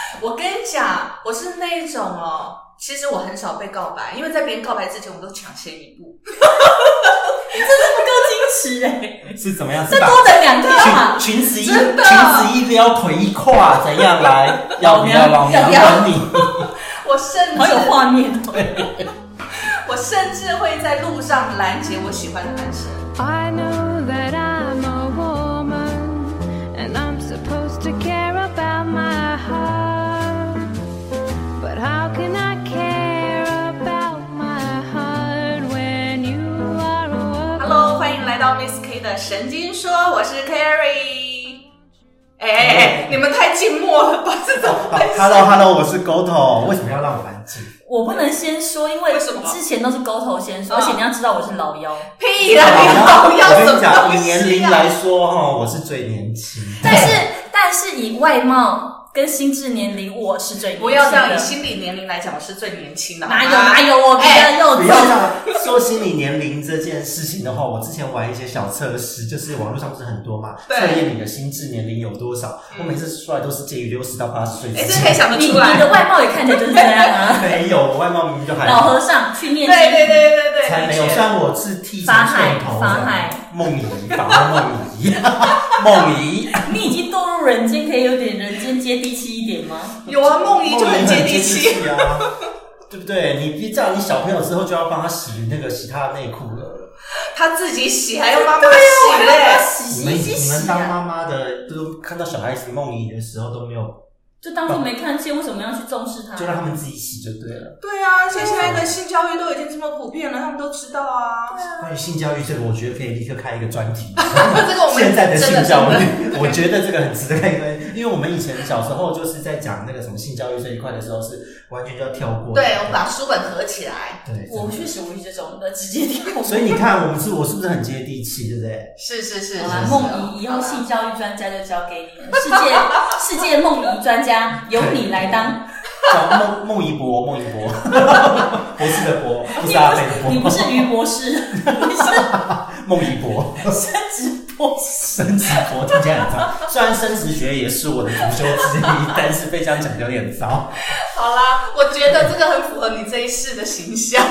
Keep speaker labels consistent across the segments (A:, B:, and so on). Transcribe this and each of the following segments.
A: 我跟你讲，我是那一种哦。其实我很少被告白，因为在别人告白之前，我都抢先一步。
B: 够矜持哎，
C: 是怎么样？是
B: 再
C: 吧？
B: 多等两天 嘛。
C: 裙裙子一裙
A: 真的
C: 子一撩，腿一跨，怎样来？要不要老娘等你？
A: 我甚至
B: 好有画面哦！
A: 我甚至会在路上拦截我喜欢的男生。
D: I know that I'm a woman and I'm supposed to care about my heart. But how can I care about my heart when you are a woman?
A: Hello，欢迎来到 Miss K 的神经说，我是 Carrie。哎哎哎，你们太静默了吧？这怎么回事
E: Hello Hello，我是 Goto，为什么要让我安静？
B: 我不能先说，因为
A: 为什么
B: 之前都是勾头先
A: 嗯
B: 说，而且你要知道我是老妖。
A: 屁啦！你老要什
C: 我跟
A: 么
C: 你讲，
A: 东
C: 以
A: 西啊
C: 年龄来说，哈，我是最年轻。
B: 但是但是以外貌跟心智年龄，我是最
A: 不要这样，以
B: 年轻
A: 心理年龄来讲，我是最年轻的。
B: 的。哪有
A: 好吗
B: 哪？有我比较幼
C: 哎不要这
B: 稚。
C: 样说心理年龄这件事情的话，我之前玩一些小测试，就是网络上不是很多嘛，测
A: 对
C: 验你的心智年龄有多少。我每次出来都是介于六十到八十岁之
A: 哎，这可以
C: 间。
A: 想得
B: 你
A: 出
B: 你
A: 来。
B: 的外貌也看起来就是这样啊，
C: 没有，我外貌明明就还
B: 老
C: 好，
B: 和尚去念
A: 对
B: 经，
A: 对对对对，
C: 才没有。
A: 的确
C: 虽然我是剃成
B: 法海
C: 寸头
B: 法海
C: 梦遗，法梦遗， 梦遗。
B: 你已经堕入人间，可以有点人间接地气一点吗？
A: 有啊， 梦
C: 梦
A: 怡
C: 遗
A: 就很接地气。
C: 气啊，对不对？你别这样，你小朋友之后就要帮他洗那个洗他的内裤了。
A: 他自己洗还要妈
B: 啊
A: 妈洗嘞，
C: 你
B: 洗洗
C: 们
B: 洗
C: 你们
B: 洗
C: 当
B: 啊！
C: 妈妈的，就是看到小孩子梦遗的时候都没有，
B: 就当做没看见，为什么要去重视
A: 啊
C: 就
B: 它？
C: 让他们自己洗就对了。
A: 对啊，而且现在的性教育都已经这么普遍了，他们都知道啊。
C: 关于性教育这个，我觉得可以立刻开一个专题。
A: 这 个我们
C: 现在的
A: 真
C: 性教育
A: 真的，
C: 我觉得这个很值得看，因为因为我们以前小时候就是在讲那个什么性教育这一块的时候，是完全就要跳过的。
A: 对，我们把书本合起来。
C: 对，
B: 我确实无意这种的，直接跳过。
C: 所以你看，我们是我是不是很接地气，对不对？
A: 是是是，
B: 好
A: 是
B: 啦，
A: 是啊
B: 梦怡以后性教育专家就交给你了，世界世界梦怡专家由你来当。
C: 叫孟孟一博，孟一 博，博士的博，不
B: 你
C: 是阿飞的
B: 不
C: 博，
B: 是你不是于 博士，你是
C: 孟一博，
B: 生殖博士。
C: 生殖博听起来很糟。虽然生殖学也是我的主修之一，但是被这样讲有点糟。
A: 好啦，我觉得这个很符合你这一世的形象。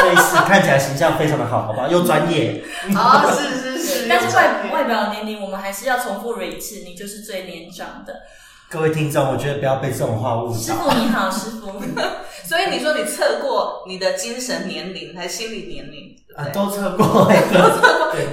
C: 这一次看起来形象非常的好，好不好？又专业，
A: 啊，是是是，
B: 但是外外表年龄，我们还是要重复 r 一次，你就是最年长的。
C: 各位听众，我觉得不要被这种话误
B: 师
C: 导。
B: 傅你好，师傅。啊
A: 所以你说你测过你的精神年龄还是心理年龄，对不
C: 啊，
A: 对？
C: 都测过哎、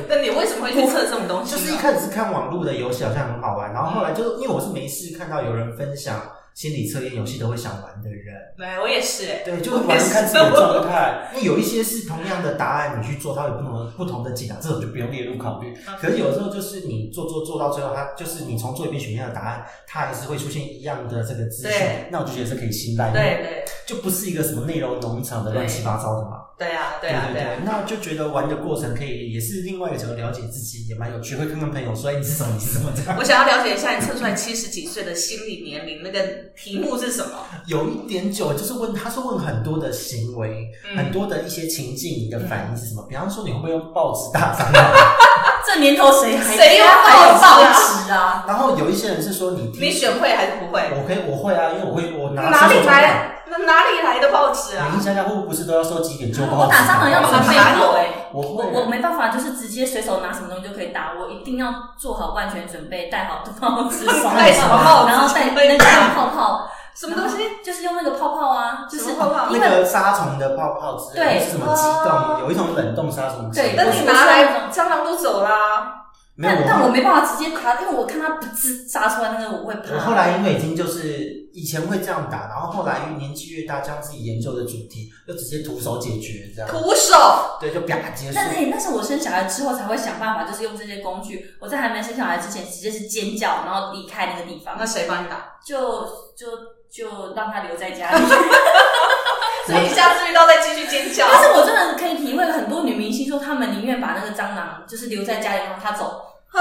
A: 那你为什么会去测这种东西
C: 就
A: 呢？
C: 是一开始是看网络的游戏好像很好玩，然后后来就
A: 嗯
C: 因为我是没事看到有人分享心理测验游戏都会想玩的人，
A: 对，我也哦是哎，
C: 对，就是玩看自己的状态。那有一些是同样的答案，你去做，它有不同不同的解答，这种就不用列入考虑。
A: 啊
C: 可是有时候就是你做做做到最后，它就是你重做一遍选项的答案，它还是会出现一样的这个资讯
A: 对，
C: 那我就觉得是可以信赖
A: 对
C: 的，
A: 对
C: 就不是一个什么内容农场的乱七八糟的嘛。
A: 对啊对啊
C: 对
A: 对
C: 对
A: 啊，
C: 那就觉得玩的过程可以也是另外一个角度了解自己，也蛮有趣，会看看朋友说哎你是什么你是什么这样。
A: 我想要了解一下你测出来七十几岁的心理年龄那个题目是什么？
C: 有一点久，就是问他是问很多的行为，
A: 嗯
C: 很多的一些情境，你的反应是什么？比方说你会不会用报纸大张？
B: 这年头谁还
A: 谁有
B: 还有
A: 报
B: 报
A: 纸啊
B: 纸啊？
C: 然后有一些人是说你听
A: 你选会还是不会？
C: 我可以我会啊，因为我会我拿
A: 哪里
C: 手机
A: 来？那哪里来的报纸
C: 买？
A: 啊
C: 你？想想会不是都要收几点就报纸？
B: 我打蟑螂要准备好哎、
C: 我
B: 我
C: 会啊
B: 我没办法，就是直接随手拿什么东西就可以打，我一定要做好万全准备，戴好帽子，
A: 戴什么帽子
B: 嗯然后戴那个嗯泡泡，
A: 什么东西？
B: 就是用那个泡泡啊，就是
A: 什么泡泡
B: 因
C: 那
B: 为
C: 个杀虫的泡泡之类的，
B: 对
C: 是什么激
A: 哦
C: 动？有一种冷冻杀虫剂。
B: 对
A: 那
C: 我
A: 你拿来，蟑螂都走啦。
C: 没有
B: 但但
C: 我
B: 我没办法直接卡，因为我看它不吱扎出来那个，我会怕。
C: 我后来因为已经就是以前会这样打，然后后来年纪越大，将自己研究的主题就直接徒手解决，这样
A: 徒手，
C: 对，就啪结束
B: 但。是，但是我生小孩之后才会想办法，就是用这些工具。我在还没生小孩之前，直接是尖叫，然后离开那个地方
A: 那，谁帮你打？
B: 就就就让他留在家 里。
A: 所以你下次遇到再继续尖叫。
B: 但是我真的可以体会很多女明星说，她们宁愿把那个蟑螂就是留在家里，让它走
A: 啊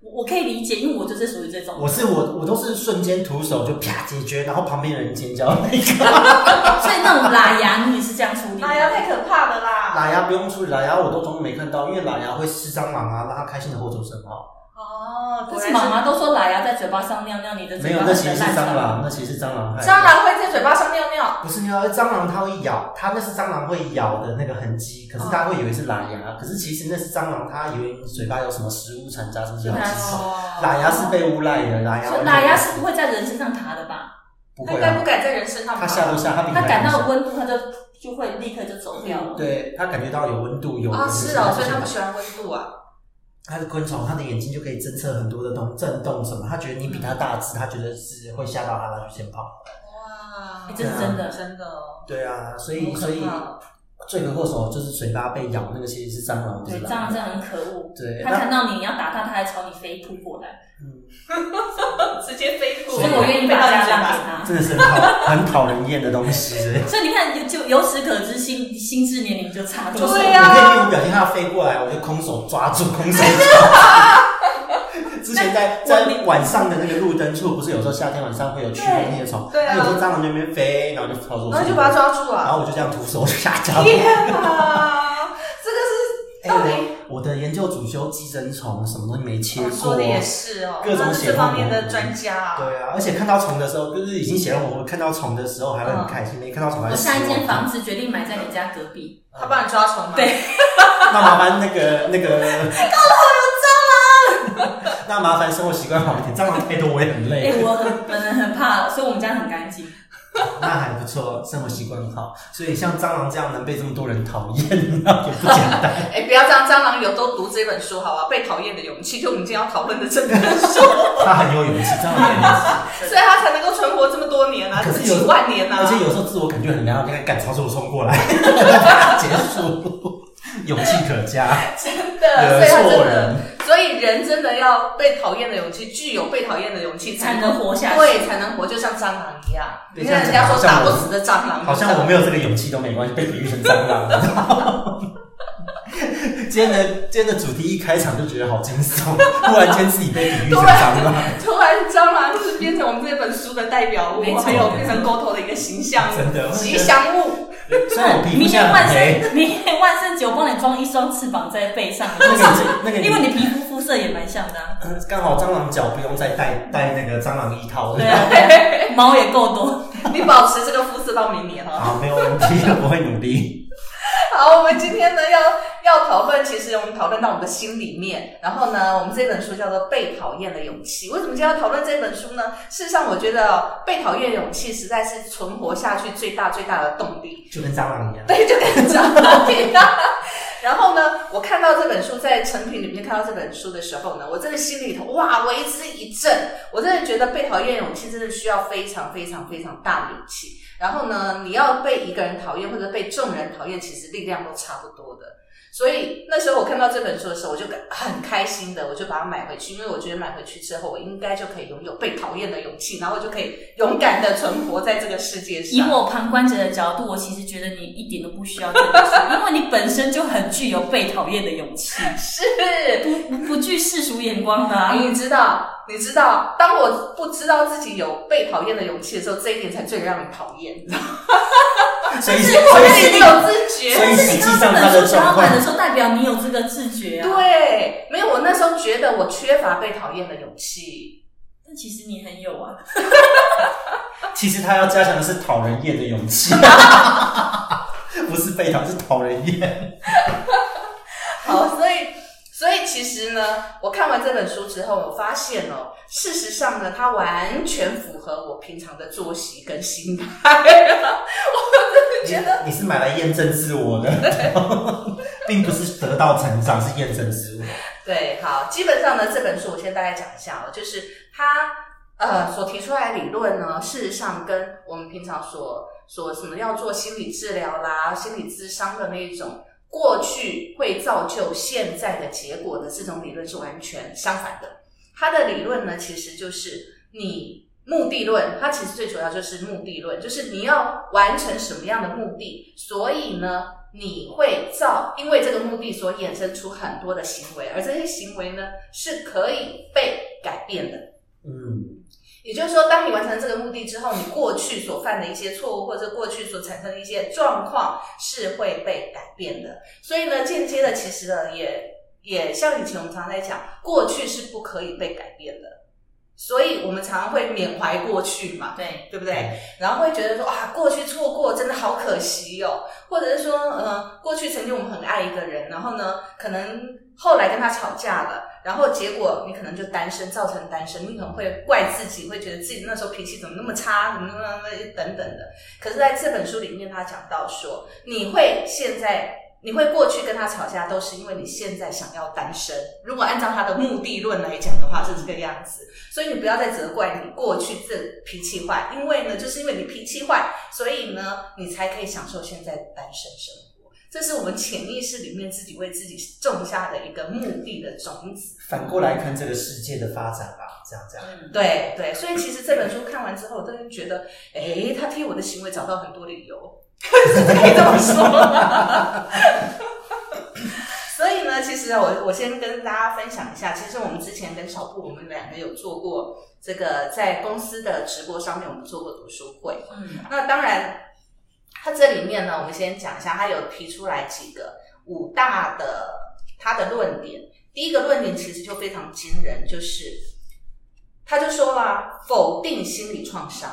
B: 我我可以理解，因为我就是属于这种，
C: 我是我我都是瞬间徒手就啪解决，然后旁边的人尖叫那个。
B: 所以那种喇牙你也是这样处理的。
A: 哎呀，太可怕了啦！
C: 喇牙不用处理，喇牙我都装没看到，因为喇牙会吃蟑螂啊，让它开心的获走身哦。
A: 哦，
B: 但
A: 果
B: 是
A: 然
B: 妈
A: 是
B: 妈都说来呀，在嘴巴上尿尿，你的
C: 没
B: 嘴
C: 有，
B: 巴
C: 那其
B: 很
C: 实是
B: 烂
C: 蟑
B: 吧。
C: 螂，那其实是蟑螂害的。
A: 蟑螂会在嘴巴上尿尿，
C: 不是尿，蟑螂它会咬，它那是蟑螂会咬的那个痕迹，可是大家会以为是蓝牙，可是其实那是蟑螂，它以为你嘴巴有什么食物残渣，是不是
B: 就
C: 要
B: 拿
C: 吃
B: 去
C: 草？
A: 哦
C: 蓝牙是被诬赖的，蓝牙
B: 所以
C: 完全
B: 奶牙是不会在人身上爬的吧？
C: 不
A: 它
C: 会
A: 应该
C: 啊
A: 不，敢在人身上爬。
C: 它吓都吓，它比
B: 它
C: 你
B: 感
C: 还
B: 到
C: 小
B: 温度，它就就会立刻就走掉了。
C: 对，它感觉到有温度，有
A: 啊，是哦，所以它不
C: 它
A: 喜欢温度啊。
C: 它是昆虫，它的眼睛就可以侦测很多的东震动什么，它觉得你比它大只，它觉得是会吓到它，它就先跑。
A: 哇
B: 哎，这
C: 啊
B: 是真的
A: 真的哦。
C: 对啊，所
A: 好
C: 以
A: 可
C: 所以
A: 怕
C: 罪魁祸首就是嘴巴被咬那个，其实是蟑螂，不是
B: 对，
C: 蓝
B: 蟑
C: 牙
B: 螂真的很可恶。
C: 对，
B: 它
C: 那
B: 看到你，你要打它，它还朝你飞扑过来，
C: 嗯
A: 直接飞出，
B: 所以我愿意把家让给它。
C: 真的是很讨很讨人厌的东西。真的
B: 所以你看，就就由此可知，心心智年龄就差多少？
A: 对
C: 我
A: 呀
C: 可以用表情它飞过来，我就空手抓住，空手抓 住。之前在在晚上的那个路灯处，不是有时候夏天晚上会有驱蚊的虫，
A: 对对啊
C: 它有时候蟑螂在那边飞，然后就跑出，
A: 然后就把它，抓住
C: 然
A: 啊！
C: 后我就这样徒手下家。
A: 天啊，这个是
C: 哎
A: 到底
C: 我我的研究主修寄生虫，什么东西没切
A: 啊我
C: 过。
A: 说的也是哦，
C: 各种
A: 他是
C: 血
A: 这
C: 汗
A: 方面
C: 模
A: 的
C: 糊
A: 专家啊。
C: 对啊，而且看到虫的时候，就是已经写了我看到虫的时候还
A: 嗯
C: 会很开心，没看到虫还
B: 我
C: 会失望
B: 下一间房子决定买在你家隔壁，
A: 他帮你抓虫啊吗？
B: 对，
C: 那麻烦那个那个，刚好有蟑螂。那麻烦生活习惯好一点，蟑螂太多我也很
B: 哎、
C: 累。啊
B: 我很本人很怕，所以我们家很干净。
C: 那还不错，生活习惯好，所以像蟑螂这样能被这么多人讨厌，那也不简单。
A: 哎，不要这样，蟑螂有都读这本书好吧？被讨厌的勇气，就我们今天要讨论的这 本书，
C: 它很有勇气，蟑螂很有勇气，
A: 所以它才能够存活这么多年啊，
C: 可是有
A: 几万年啊
C: 而。且有时候自我感觉很良好，就该赶超速冲过来， 结束，勇气可嘉。
A: 真的，所以
C: 惹
A: 它真的
C: 错人，
A: 所以人真的要被讨厌的勇气，具有被讨厌的勇气，
B: 才能活下去
A: 对，才能活，就像蟑螂一样。
C: 对
A: 你看人
C: 这
A: 家
C: 样讲
A: 说
C: 好像
A: 打
C: 我
A: 不死的蟑 螂，
C: 好像我没有这个勇气都没关系，被比喻成蟑螂了。 今天的今天的主题一开场就觉得好惊悚，忽然间自己被比喻成蟑螂，
A: 突然蟑螂就是变成我们这本书的代表物
B: 没，错
A: 还有变成沟头的一个形象，
C: 真的
A: 吉祥物。
C: 虽然我皮肤
B: 明
C: 现
B: 年
C: 在
B: 万
C: 很黑，
B: 圣，明年万圣节我帮你装一双翅膀在背上，
C: 那个那个呃
B: 因为你皮肤肤色也蛮像的 啊、
C: 刚好蟑螂脚不用再带带那个蟑螂衣 套，
B: 对啊，对啊毛也够多。
A: 你保持这个肤色到明年哦哈。
C: 好，没有问题，我会努力。
A: 好，我们今天呢要要讨论，其实我们讨论到我们的心里面。然后呢，我们这本书叫做《被讨厌的勇气》。为什么今天要讨论这本书呢？事实上，我觉得哦被讨厌的勇气实在是存活下去最大最大的动力。
C: 就跟蟑螂一 样，
A: 对，就跟蟑螂一样。 然后呢，我看到这本书在成品里面看到这本书的时候呢，我真的心里头哇为之一振。我真的觉得被讨厌勇气真的需要非常非常非常大的勇气。然后呢，你要被一个人讨厌或者被众人讨厌，其实力量都差不多的。所以那时候我看到这本书的时候，我就感很开心的，我就把它买回去，因为我觉得买回去之后，我应该就可以拥有被讨厌的勇气，然后我就可以勇敢的存活在这个世界
B: 以
A: 上。
B: 我旁观者的角度，我其实觉得你一点都不需要这本书，因为你本身就很具有被讨厌的勇气，
A: 是。
B: 不不惧世俗眼光的、啊。
A: 你知道，你知道，当我不知道自己有被讨厌的勇气的时候，这一点才最让人讨厌。
C: 所以
A: 是
C: 所
A: 我
C: 以
A: 自己有自
C: 所
A: 觉。
C: 以
B: 但是
C: 实
B: 你
C: 际
B: 看
C: 上
B: 到
C: 他的
B: 这本书
C: 状
B: 想买
C: 况
B: 的时候，代表你有这个自觉啊。，
A: 对，没有，我那时候觉得我缺乏被讨厌的勇气。
B: 但其实你很有啊。
C: 其实他要加强的是讨人厌的勇 气，不是被讨，是讨人厌。
A: 好，所以，所以其实呢，我看完这本书之后，我发现哦，事实上呢，它完全符合我平常的作息跟心态。我真的觉得，
C: 你是买来验证自我的， 并不是得到成长，是验证自我。
A: 对，好，基本上呢，这本书我先大概讲一下哦，就是它呃所提出来的理论呢，事实上跟我们平常所所什么要做心理治疗啦、心理咨商的那一种过去会造就现在的结果的这种理论是完全相反的。它的理论呢，其实就是你目的论，它其实最主要就是目的论，就是你要完成什么样的目的，所以呢，你会造因为这个目的所衍生出很多的行为，而这些行为呢是可以被改变的。
C: 嗯，
A: 也就是说，当你完成这个目的之后，你过去所犯的一些错误，或者过去所产生的一些状况，是会被改变的。所以呢，间接的其实呢，也也像以前我们常在讲，过去是不可以被改变的，所以我们常常会缅怀过去嘛，
B: 对，
A: 对不对？然后会觉得说啊，过去错过真的好可惜哦，或者是说，呃，过去曾经我们很爱一个人，然后呢，可能后来跟他吵架了，然后结果你可能就单身，造成单身，你可能会怪自己，会觉得自己那时候脾气怎么那么差，怎么那么那么等等的。可是在这本书里面，他讲到说，你会现在。你会过去跟他吵架，都是因为你现在想要单身。如果按照他的目的论来讲的话，是这个样子。所以你不要再责怪你过去这脾气坏，因为呢，就是因为你脾气坏，所以呢，你才可以享受现在单身生活。这是我们潜意识里面自己为自己种下的一个目的的种子。
C: 反过来看这个世界的发展吧，这样这样。
B: 嗯，
A: 对对，所以其实这本书看完之后，我真的觉得，诶，他替我的行为找到很多理由，是 可以这么说。所以呢，其实啊我我先跟大家分享一下，其实我们之前跟小布，我们两个有做过这个在公司的直播上面，我们做过读书会。
B: 嗯，
A: 那当然，它这里面呢，我们先讲一下，它有提出来几个五大的它的论点。第一个论点其实就非常惊人，就是他就说啦，否定心理创伤，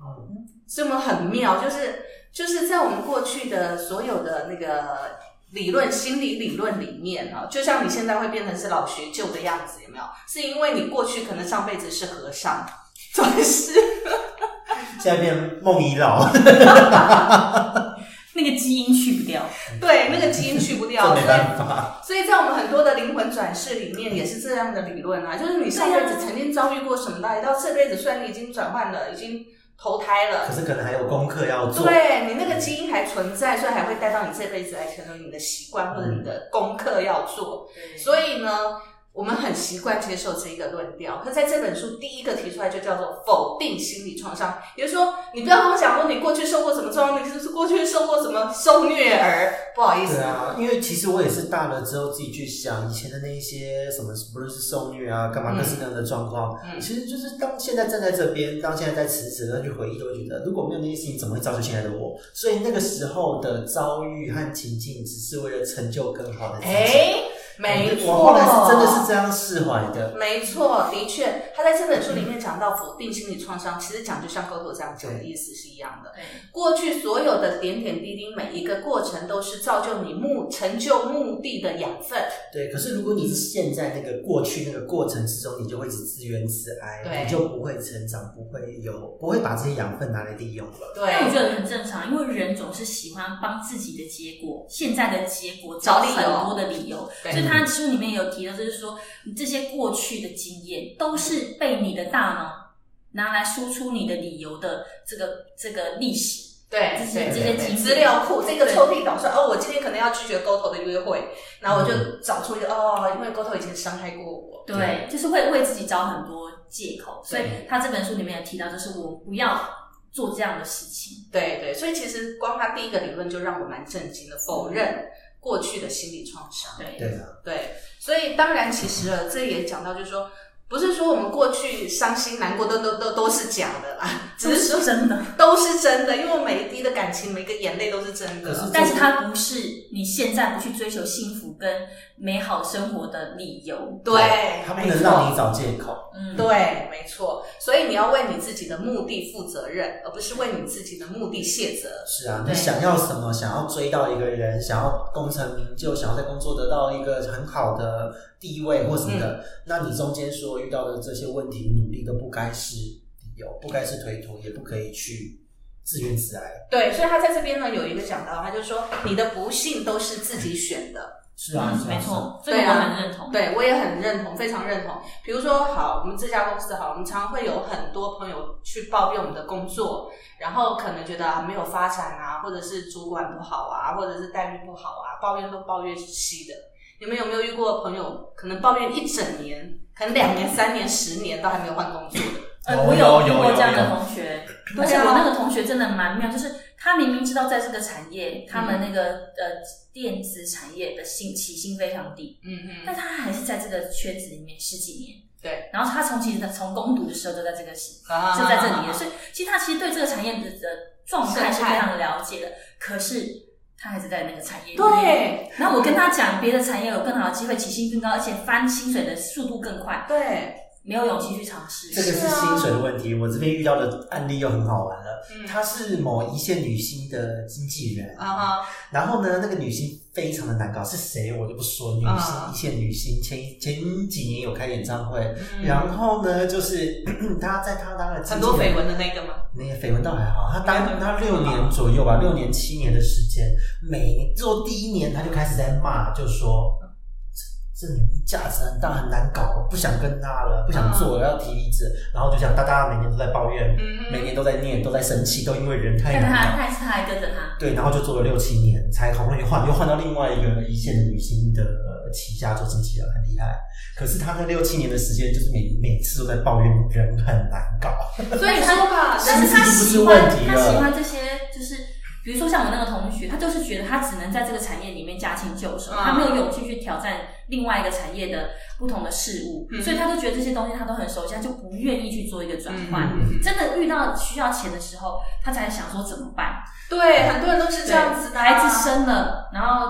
C: 嗯
A: 这么很妙，就是就是在我们过去的所有的那个理论心理理论里面啊，就像你现在会变成是老学究的样子，有没有？是因为你过去可能上辈子是和尚， 总是
C: 现在变梦遗老，
B: 那个基因去不掉，
A: 对那个基因去不掉，所
C: 这没
A: 以
C: 办法。
A: 所以在我们很多的灵魂转世里面，也是这样的理论啊，就是你上辈子曾经遭遇过什么道理，到这辈子虽然你已经转换了，已经投胎
C: 可
A: 了，
C: 是可能还有功课要做。
A: 对你那个基因还存在，所以还会带到你这辈子来成为你的习惯或者你的功课要做。
C: 嗯
B: 所以
A: 所以呢，我们很习惯接受这一个论调，可在这本书第一个提出来就叫做否定心理创伤，也就是说，你不要跟我讲说你过去受过什么创伤，你是不是过去受过什么受虐儿？不好意思
C: 对，啊，因为其实我也是大了之后自己去想以前的那一些什么，不论是受虐啊，干嘛
A: 嗯
C: 各式各样的状况，
A: 嗯
C: 其实就是当现在站在这边，当现在在辞职，然后去回忆，都会觉得如果没有那些事情，怎么会造就现在的我？所以那个时候的遭遇和情境，只是为了成就更好的自己。
A: 哎、没错，
C: 我后来是真的是这样释怀的。
A: 没错，的确，他在这本书里面讲到否定心理创伤，其实讲就像沟头这样讲的意思是一样的。过去所有的点点滴滴，每一个过程都是造就你目成就目的的养分。
C: 对，可是如果你是陷在那个过去那个过程之中，你就会一直自怨自
A: 对
C: 哀，你就不会成长，不会有，不会把这些养分拿来利用了。
A: 对，
B: 但我觉得很正常，因为人总是喜欢帮自己的结果、现在的结果
A: 找
B: 找
A: 理由
B: 很多的理由。
A: 对
B: 所以他书里面有提到，就是说你这些过去的经验都是被你的大脑拿来输出你的理由的这个这个历史。
A: 对
B: 这
A: 对
B: 些这些
A: 对
B: 经历
A: 资料库，这个抽屉导说哦，我今天可能要拒绝沟头的约会，然后我
B: 嗯
A: 就找出一个哦，因为沟头以前伤害过我。
B: 对，就是会为自己找很多借口。所以
A: 对
B: 他这本书里面有提到，就是我不要做这样的事情。
A: 对对，所以其实光他第一个理论就让我蛮震惊的，否认过去的心理创伤。
B: 对，
C: 对啊，
A: 对，所以当然，其实呃这也讲到，就是说，不是说我们过去伤心难过都都都都是假的 啦，只是说
B: 真的，
A: 都是真的，因为我每一滴的感情，每个眼泪都是真
C: 可
A: 的。啊
C: 是
B: 但是它不是你现在不去追求幸福跟美好生活的理由。
A: 对，
C: 它不
A: 没
C: 能
A: 错
C: 让你找借口。
B: 嗯，
A: 对，没错。所以你要为你自己的目的负责任，而不是为你自己的目的卸责。
C: 是啊，
A: 对
C: 你想要什么？想要追到一个人，想要功成名就，想要在工作得到一个很好的地位或什么
A: 嗯
C: 的，那你中间所遇到的这些问题，努力都不该是理由，不该是推脱，也不可以去自怨自艾。
A: 对，所以他在这边呢有一个讲到，他就说你的不幸都是自己选的，
C: 是啊，
B: 嗯
C: 是啊
B: 没。
C: 是啊
B: 错，这个我很认同。
A: 对，我也很认同，非常认同。比如说，好，我们这家公司好，我们常常会有很多朋友去抱怨我们的工作，然后可能觉得啊没有发展啊，或者是主管不好啊，或者是待遇不好啊，抱怨都抱怨西的。你们有没有遇过朋友可能抱怨一整年，可能两年、三年、十年都还没有换工作的？
B: 呃，
E: 有
B: 我
E: 有
B: 遇
E: 有
B: 过
E: 有
B: 这样的
E: 有
B: 同学，
A: 对啊
B: 而且我那个同学真的蛮妙，就是他明明知道在这个产业，他们那个呃电子产业的薪起薪非常低，
A: 嗯
B: 但他还是在这个圈子里面十几年。
A: 对，
B: 然后他从其实从攻读的时候就在这个是
A: 啊
B: 就在这里了，所以其实他其实对这个产业的的状态是
A: 生态
B: 非常了解的。可是他还是在那个产业里面。
A: 对
B: 然后我跟他讲，别的产业有更好的机会，起薪更高，而且翻薪水的速度更快，
A: 对，
B: 没有勇气去尝试。
C: 这个是薪水的问题。我这边遇到的案例又很好玩了，
A: 嗯
C: 她是某一线女星的经纪人
A: 啊哈，
C: 然后呢，那个女星非常的难搞，是谁我就不说。女星、
A: 啊
C: 一线女星，前前几年有开演唱会，
A: 嗯
C: 然后呢，就是 咳咳她在她当了经
A: 很
C: 纪人
A: 多绯闻，的那个嘛，
C: 那个绯闻倒还好。她
A: 没有
C: 当她六年左右嗯吧，六年七年的时间，每做第一年她就开始在骂，就说这这女人价值很大，很难搞，我不想跟她了，不想做了，要提离职。然后就这样，大家每年都在抱怨，
A: 嗯哼
C: 每年都在念，都在生气，都因为人太
B: 但
C: 难搞
B: 他，但是他还跟着他，
C: 对，然后就做了六七年，才好不容易换，又换到另外一个一线的女星的呃旗下做经纪人，很厉害。可是她那六七年的时间，就是每每次都在抱怨人很难搞。
A: 所以说吧，
B: 但是他
C: 薪资
B: 喜
C: 不是
B: 欢
C: 问题
B: 他
C: 了
B: 喜欢这些，就是比如说像我那个同学，他就是觉得他只能在这个产业里面驾轻就熟，
A: 嗯
B: 他没有勇气去挑战另外一个产业的不同的事物，
A: 嗯
B: 所以他就觉得这些东西他都很熟悉，他就不愿意去做一个转换。
A: 嗯
B: 真的遇到需要钱的时候，他才想说怎么办。
A: 对，很多人都是这样子的啊，
B: 孩子生了，然后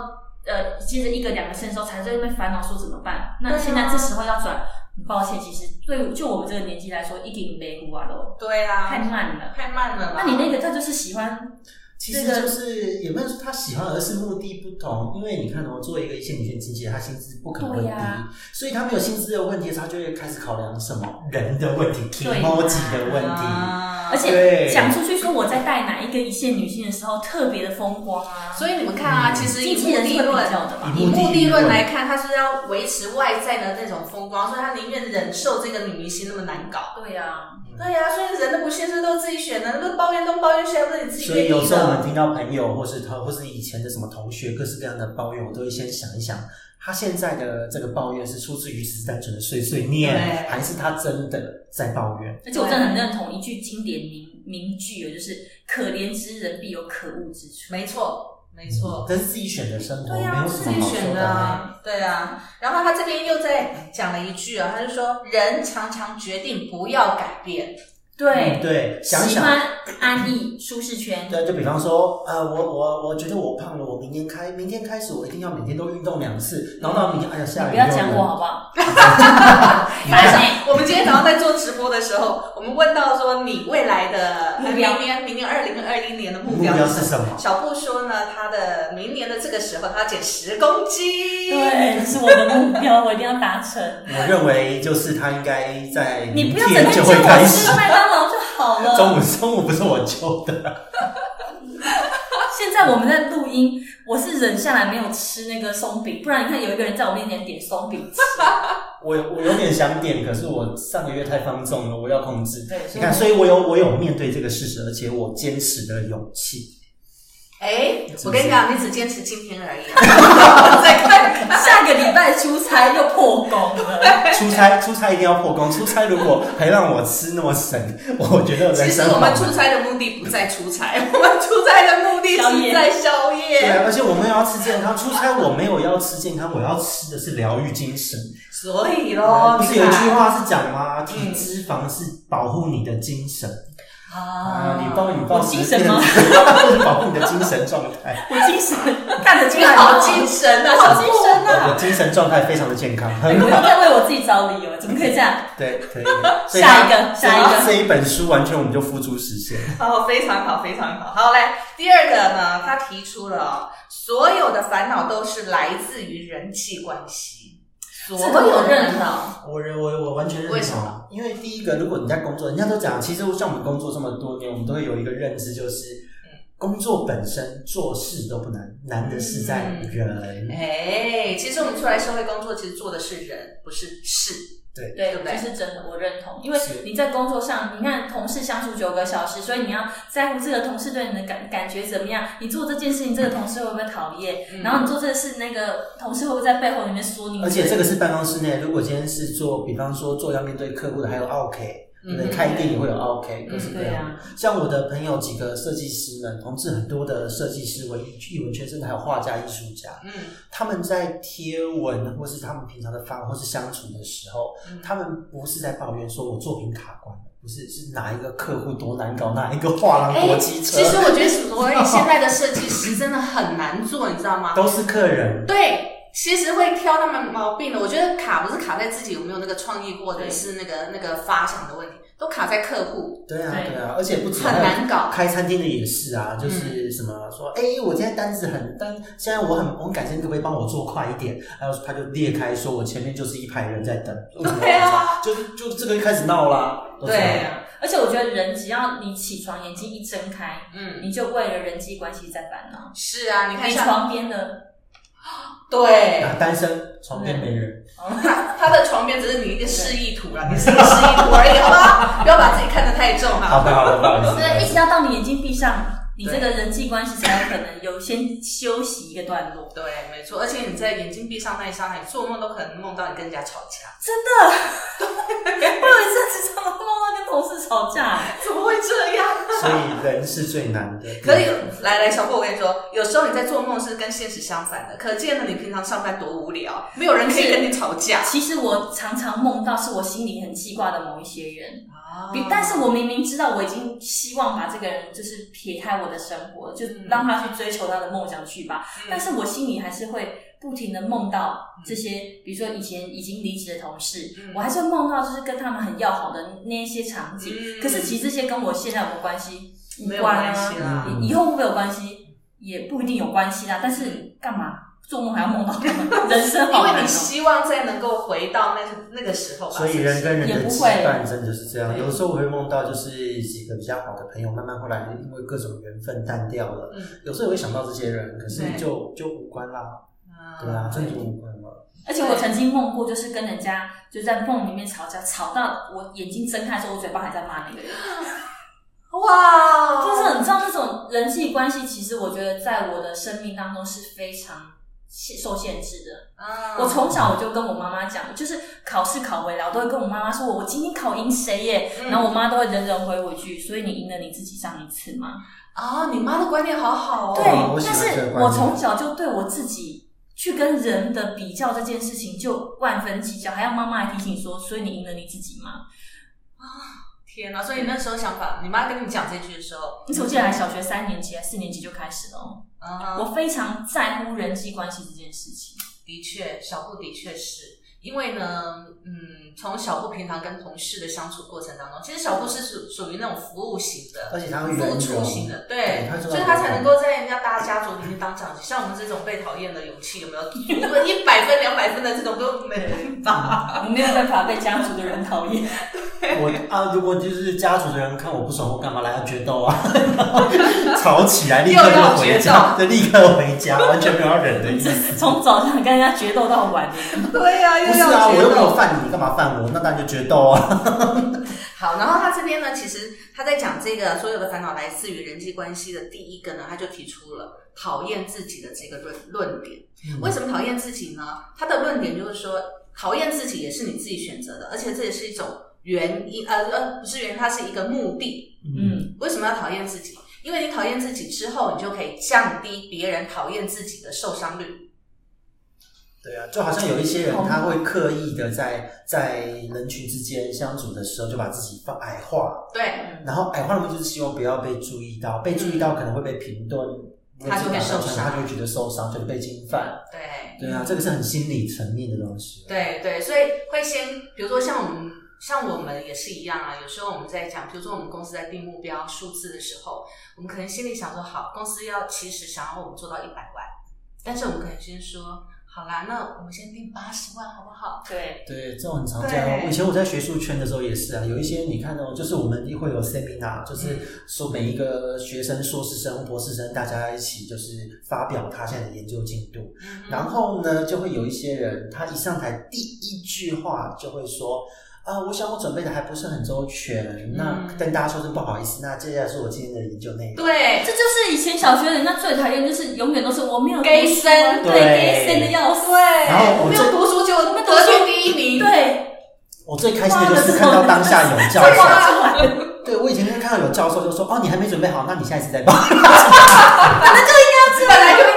B: 呃，接着一个两个生的时候，才在那边烦恼说怎么办。
A: 对
B: 那
A: 啊
B: 现在这时候要转，很抱歉，其实对就我们这个年纪来说，一定没糊啊喽，
A: 对啊，
B: 太慢了。
A: 太慢了啦，
B: 那你那个他就是喜欢，
C: 其实就是也没有说她喜欢，而是目的不同。因为你看哦，作为一个一线女性经纪人，她薪资不可能会低，
B: 对呀
C: 所以她没有薪资的问题，她就会开始考量什么人的问题、e
B: 对
C: m o j i 的问题。
A: 啊
B: 而且
C: 对
B: 讲出去说我在带哪一个一线女性的时候特别的风光啊。
A: 所以你们看
C: 嗯
A: 啊，其实以
B: 经纪
A: 目的
B: 人是会
A: 论
B: 比。较的吧？
A: 以目的论来看，他是要维持外在的那种风光，所以他宁愿忍受这个女明星那么难搞。
B: 对啊，
A: 对呀、所以人的不幸是都自己选的，都抱怨东抱怨西，还不是你自己
C: 所
A: 愿
C: 以有
A: 意
C: 时候我们
A: 的。
C: 听到朋友或是他或是以前的什么同学各式各样的抱怨，我都会先想一想，他现在的这个抱怨是出自于只是单纯的碎碎念，
A: 对
C: 还是他真的在抱怨？
B: 而且我真的很认同一句经典名名句哦，就是“可怜之人必有可恶之处”。
A: 没错，没错。
C: 嗯这是自己选的生活，
A: 对呀、
C: 没有
A: 是
C: 什
A: 自
C: 么
A: 己
C: 好说
A: 选
C: 的
A: 的啊，对啊。然后他这边又在讲了一句啊，他就说人常常决定不要改变，
B: 对
C: 嗯，对，想
B: 喜
C: 想。
B: 欢安逸舒适圈，
C: 对，就比方说，呃，我我我觉得我胖了，我明天开明天开始，我一定要每天都运动两次，然后到明天，哎呀，下雨
B: 不要
C: 又
B: 讲
C: 冷
B: 我好不好？
A: 你要想
B: 烦欸，
A: 我们今天早上在做直播的时候，我们问到说你未来的呃
B: 目标
A: 明年明年二零二一年的目
C: 目
A: 标
C: 标
A: 是
C: 是
A: 什么？
C: 什么？
A: 小布说呢，他的明年的这个时候，他要减十公斤。，
B: 对，这是我的目标，我一定要达成。
C: 我认为就是他应该在
B: 你
C: 明
B: 不要整天
C: 天
B: 叫
C: 就会开
B: 我
C: 始
B: 吃。麦当劳就好了。
C: 中午中午不是我揪的，
B: 现在我们在录音，我是忍下来没有吃那个松饼，不然你看有一个人在我面前点松饼吃。
C: 我我有点想点，可是我上个月太放纵了，我要控制。
B: 对，所
C: 你
B: 以我
C: 看，所以我有我有面对这个事实，而且我坚持的勇气。
A: 哎，
C: 是
A: 我
C: 不
A: 跟你
C: 是
A: 讲，你只坚持今天而已啊。再看，
B: 下个礼拜出差又破功了。
C: 出差出差一定要破功，出差如果还让我吃那么神， 我觉得
A: 其实
C: 人生
A: 我
C: 好
A: 们
C: 难。
A: 出差的目的不在出差， 我们出差的目的是在宵
C: 对
A: 夜。
C: 啊，而且我没有要吃健康，出差我没有要吃健康，我要吃的是疗愈精神。呃
A: 所以咯，
C: 不是
A: 你
C: 有
A: 看
C: 一句话是讲吗？体
A: 嗯
C: 脂肪是保护你的精神
A: 啊
C: 啊，你帮你帮
B: 我精神吗？
C: 是保护你的精神状态。
B: 我精神看得出
A: 你
B: 来，
A: 好精神啊，
B: 好
A: 小
B: 精
A: 布
B: 神啊！
C: 我的精神状态非常的健 康，很
B: 我
C: 好。
B: 在为我自己找理由，怎么可以这样？
C: 对，可以。所以
B: 下一
C: 它
B: 个，下一个。
C: 这一本书完全我们就付诸实现。
A: 哦，非常好，非常好。好，来第二个呢，他提出了、哦、所有的烦恼都是来自于人际关系，所
B: 这个
A: 有
B: 我
A: 的
B: 认
A: 烦恼，
C: 我认我我完全认
A: 为什
C: 同，因为第一个，如果你在工作，人家都讲，其实像我们工作这么多年，我们都会有一个认知，就是
B: 嗯
C: 工作本身做事都不难，难的是在
B: 嗯
C: 人。
A: 哎，其实我们出来社会工作，其实做的是人，不是事。
B: 对，
A: 对不对
B: 这是真的，我认同。因为
C: 是
B: 你在工作上，你看同事相处九个小时，所以你要在乎这个同事对你的感感觉怎么样。你做这件事情，这个同事会不会讨厌？
A: 嗯
B: 然后你做这个事，那个同事会不会在背后里面说你？
C: 而且这个是办公室内，如果今天是做，比方说做要面对客户的，还有 OK，对不
A: 嗯
C: 对？开店也会有 OK，各式各
B: 对
C: 样的。
B: 啊，
C: 像我的朋友几个设计师们，同志很多的设计师、文艺艺文圈，甚至还有画家、艺术家，
A: 嗯，
C: 他们在贴文或是他们平常的发或是相处的时候
A: 嗯，
C: 他们不是在抱怨说我作品卡关了，不是是哪一个客户多难搞，哪一个画廊多机车，
A: 哎其实我觉得，所以现在的设计师真的很难做，你知道吗？
C: 都是客人。
A: 对，其实会挑他们毛病的。我觉得卡不是卡在自己有没有那个创意，或者是那个那个发想的问题，都卡在客户。
C: 对啊，
B: 对
C: 对啊，而且不止
A: 很难搞
C: 开餐厅的也是啊，就是什么说，哎、我今天单子很单，现在我很我很感谢，你可不可以帮我做快一点？还有他就裂开说，我前面就是一排人在等。
A: 对啊，
C: 就是就这个就开始闹啦。都这样
A: 对
B: 啊，而且我觉得人只要你起床眼睛一睁开，
A: 嗯，
B: 你就为了人际关系在烦恼。
A: 是啊，你看
B: 你
A: 像
B: 床边的，
A: 对
C: 啊，单身床边没人，
A: 他他的床边只是你一个示意图 啦，你是一个示意图而已，好吧？不要把自己看得太重
C: 好
A: 哈。
C: 的好啊的，不好意思。
B: 对，一直要到你眼睛闭上，你
A: 对
B: 这个人际关系才有可能有先休息一个段落。
A: 对，没错，而且你在眼睛闭上那一刹那，你做梦都可能梦到你跟人家吵架，
B: 我 有一阵子常常梦到跟同事吵架，
A: 怎么会这样？
C: 所以人是最难的。
A: 可以，来来，小布，我跟你说，有时候你在做梦是跟现实相反的，可见呢，你平常上班多无聊，没有人可以跟你吵架。
B: 其实我常常梦到是我心里很记挂的某一些人，
A: 啊
B: 比但是我明明知道我已经希望把这个人就是撇开我的生活，就让他去追求他的梦想去吧，
A: 嗯
B: 但是我心里还是会不停的梦到这些，比如说以前已经离职的同事，
A: 嗯
B: 我还是会梦到就是跟他们很要好的那一些场景。
A: 嗯
B: 可是其实这些跟我现在有没有关系？
A: 没有
B: 无关
A: 关
B: 啊
A: 系啦。
C: 嗯
B: 以后会不会有关系？也不一定有关系啦。但是干嘛做梦还要梦到他们？人生
A: 嗯 因
B: 好
A: 为
B: 难
A: 你
B: 哦。
A: 希望再能够回到那那个时候吧，
C: 所以人跟人
B: 也
C: 的
B: 不
C: 羁
B: 会
C: 绊真的是这样。有的时候我会梦到，就是几个比较好的朋友，慢慢后来因为各种缘分淡掉了。
A: 嗯
C: 有时候也会想到这些人，可是
A: 对
C: 就就无关啦，
A: 是
C: 对啊，真的就无关了。
B: 而且我曾经梦过，就是跟人家就在梦里面吵架，吵到我眼睛睁开的时候，我嘴巴还在骂那个人。
A: 哇，
B: 就是你知道那种人际关系，其实我觉得在我的生命当中是非常限受限制的。
A: 啊
C: 嗯
B: 我从小我就跟我妈妈讲，就是考试考回来，我都会跟我妈妈说，我今天考赢谁耶，
A: 嗯
B: 然后我妈都会人人回我一句，所以你赢了你自己上一次嘛。
A: 啊，你妈的观念好好哦，
B: 对
C: 哇我，喜
B: 但
C: 欢这
B: 是
C: 个观念
B: 我从小就对我自己去跟人的比较这件事情就万分计较，还要妈妈还提醒说，所以你赢了你自己嘛。
A: 天哪！所以你那时候想法，你妈跟你讲这句的时候，
C: 嗯
B: 而且我记得还小学三年级还是四年级就开始了哦，
A: 啊，
B: 我非常在乎人际关系这件事情。
A: 的确，小布的确是因为呢，嗯，从小布平常跟同事的相处过程当中，其实小布是属属于那种服务型的，
C: 而且他会圆
A: 付出型
C: 融，
A: 的，对
C: 对他，知道
A: 所以他才能够在人家大家族里面当长子。像我们这种被讨厌的勇气有没有？如果一百分、两百分的这种都没办 法。
B: 我没有办法被家族的人讨厌。
C: 我啊，如果就是家族的人看我不爽，我干嘛来要决斗啊？ 吵起来，立刻就回家，就立刻 回家，完全没有要忍的意思。
B: 从早上跟人家决斗到晚，
A: 对呀、
C: 不是啊，我又没有犯你，干嘛犯我？那当然就决斗啊！
A: 好，然后他这边呢，其实他在讲这个所有的烦恼来自于人际关系的第一个呢，他就提出了讨厌自己的这个论论点。为什么讨厌自己呢？他的论点就是说，讨厌自己也是你自己选择的，而且这也是一种原因，呃呃，不是原因，它是一个目的。
C: 嗯，
B: 嗯，
A: 为什么要讨厌自己？因为你讨厌自己之后，你就可以降低别人讨厌自己的受伤率。
C: 对啊，就好像有一些人他会刻意的在在人群之间相处的时候，就把自己放矮化，
A: 对，
B: 嗯
C: 然后矮化的目的就是希望不要被注意到，被注意到可能会被评论，
A: 他就会受伤
C: 他就会觉得受伤，觉得被侵犯。
A: 对，
C: 对啊，这个是很心理层面的东西。
A: 对对，所以会先，比如说像我们，像我们也是一样啊。有时候我们在讲，比如说我们公司在定目标数字的时候，我们可能心里想说，好，公司要其实想要我们做到一百万，但是我们可能先说，好啦，那我们先定八十万好不好？
B: 对，
C: 对，这种很常见哦。
A: 对
C: 以前我在学术圈的时候也是啊，有一些你看哦，就是我们会有 seminar，就是说每一个学生、硕士生、博士生，大家一起就是发表他现在的研究进度。
A: 嗯
C: 然后呢，就会有一些人，他一上台第一句话就会说。啊，我想我准备的还不是很周全，那
A: 嗯
C: 跟大家说声不好意思。那接下来是我今天的研究内容。
A: 对
B: 这就是以前小学人家最讨厌，就是永远都是我没有
A: 给
B: 读书
A: 生
B: 对，
C: 对
B: 给生的要死，
C: 然后
A: 对，
C: 我
A: 没有
C: 这
A: 读书就
B: 没读
A: 得去
B: 书
A: 第一名，
B: 对，
C: 我最开心的就是看到当下有教授，
B: 哇，本来就
C: 对我以前看到有教授就说，哦，你还没准备好，那你下一次再报。
A: 啊
B: 应该这
A: 本来就
B: 样。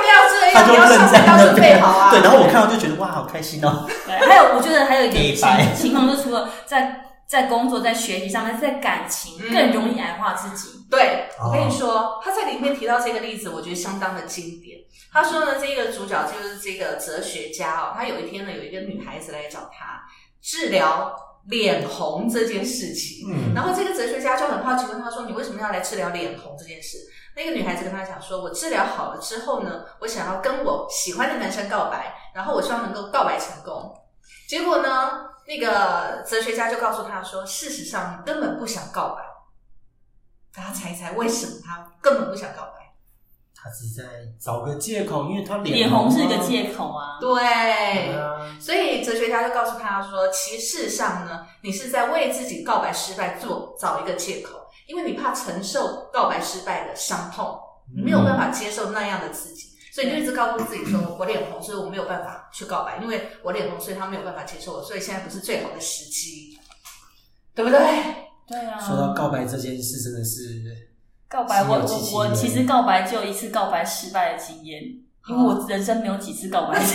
A: 应该要这样，你要
C: 他就
A: 上
C: 愣在
A: 台要
C: 那
A: 准备
C: 边
A: 好啊。
C: 对，然后我看到就觉得哇，好开心哦。
B: 对，还有我觉得还有一个
C: 给
B: 情
C: 白
B: 情况，就除了在在工作、在学习上面，在感情
A: 嗯
B: 更容易矮化自己。
A: 对，
F: 哦
A: 我跟你说，他在里面提到这个例子，我觉得相当的经典。他说呢，这个主角就是这个哲学家哦，他有一天呢，有一个女孩子来找他治疗脸红这件事情。
F: 嗯，
A: 然后这个哲学家就很好奇问他说：“你为什么要来治疗脸红这件事？”那个女孩子跟他讲说：“我治疗好了之后呢，我想要跟我喜欢的男生告白，然后我希望能够告白成功。”结果呢，那个哲学家就告诉他说：“事实上，你根本不想告白。”大家猜一猜，为什么他根本不想告白？
F: 他是在找个借口，因为他
B: 脸
F: 红
B: 红是一
F: 一
B: 个借口啊，
A: 对哎
F: 对，啊，
A: 所以哲学家就告诉他说，其实事实上呢，你是在为自己告白失败做找一个借口，因为你怕承受告白失败的伤痛，你没有
B: 嗯
A: 办法接受那样的自己，所以你就一直告诉自己说，我脸红，所以我没有办法去告白，因为我脸红，所以他没有办法接受我，所以现在不是最好的时机，对不对？
B: 对啊。
F: 说到告白这件事，真的是
B: 告白，我
F: 心有戚戚
B: 我我
F: 焉
B: 其实告白就有一次告白失败的经验，因为我人生没有几次告白。
C: 你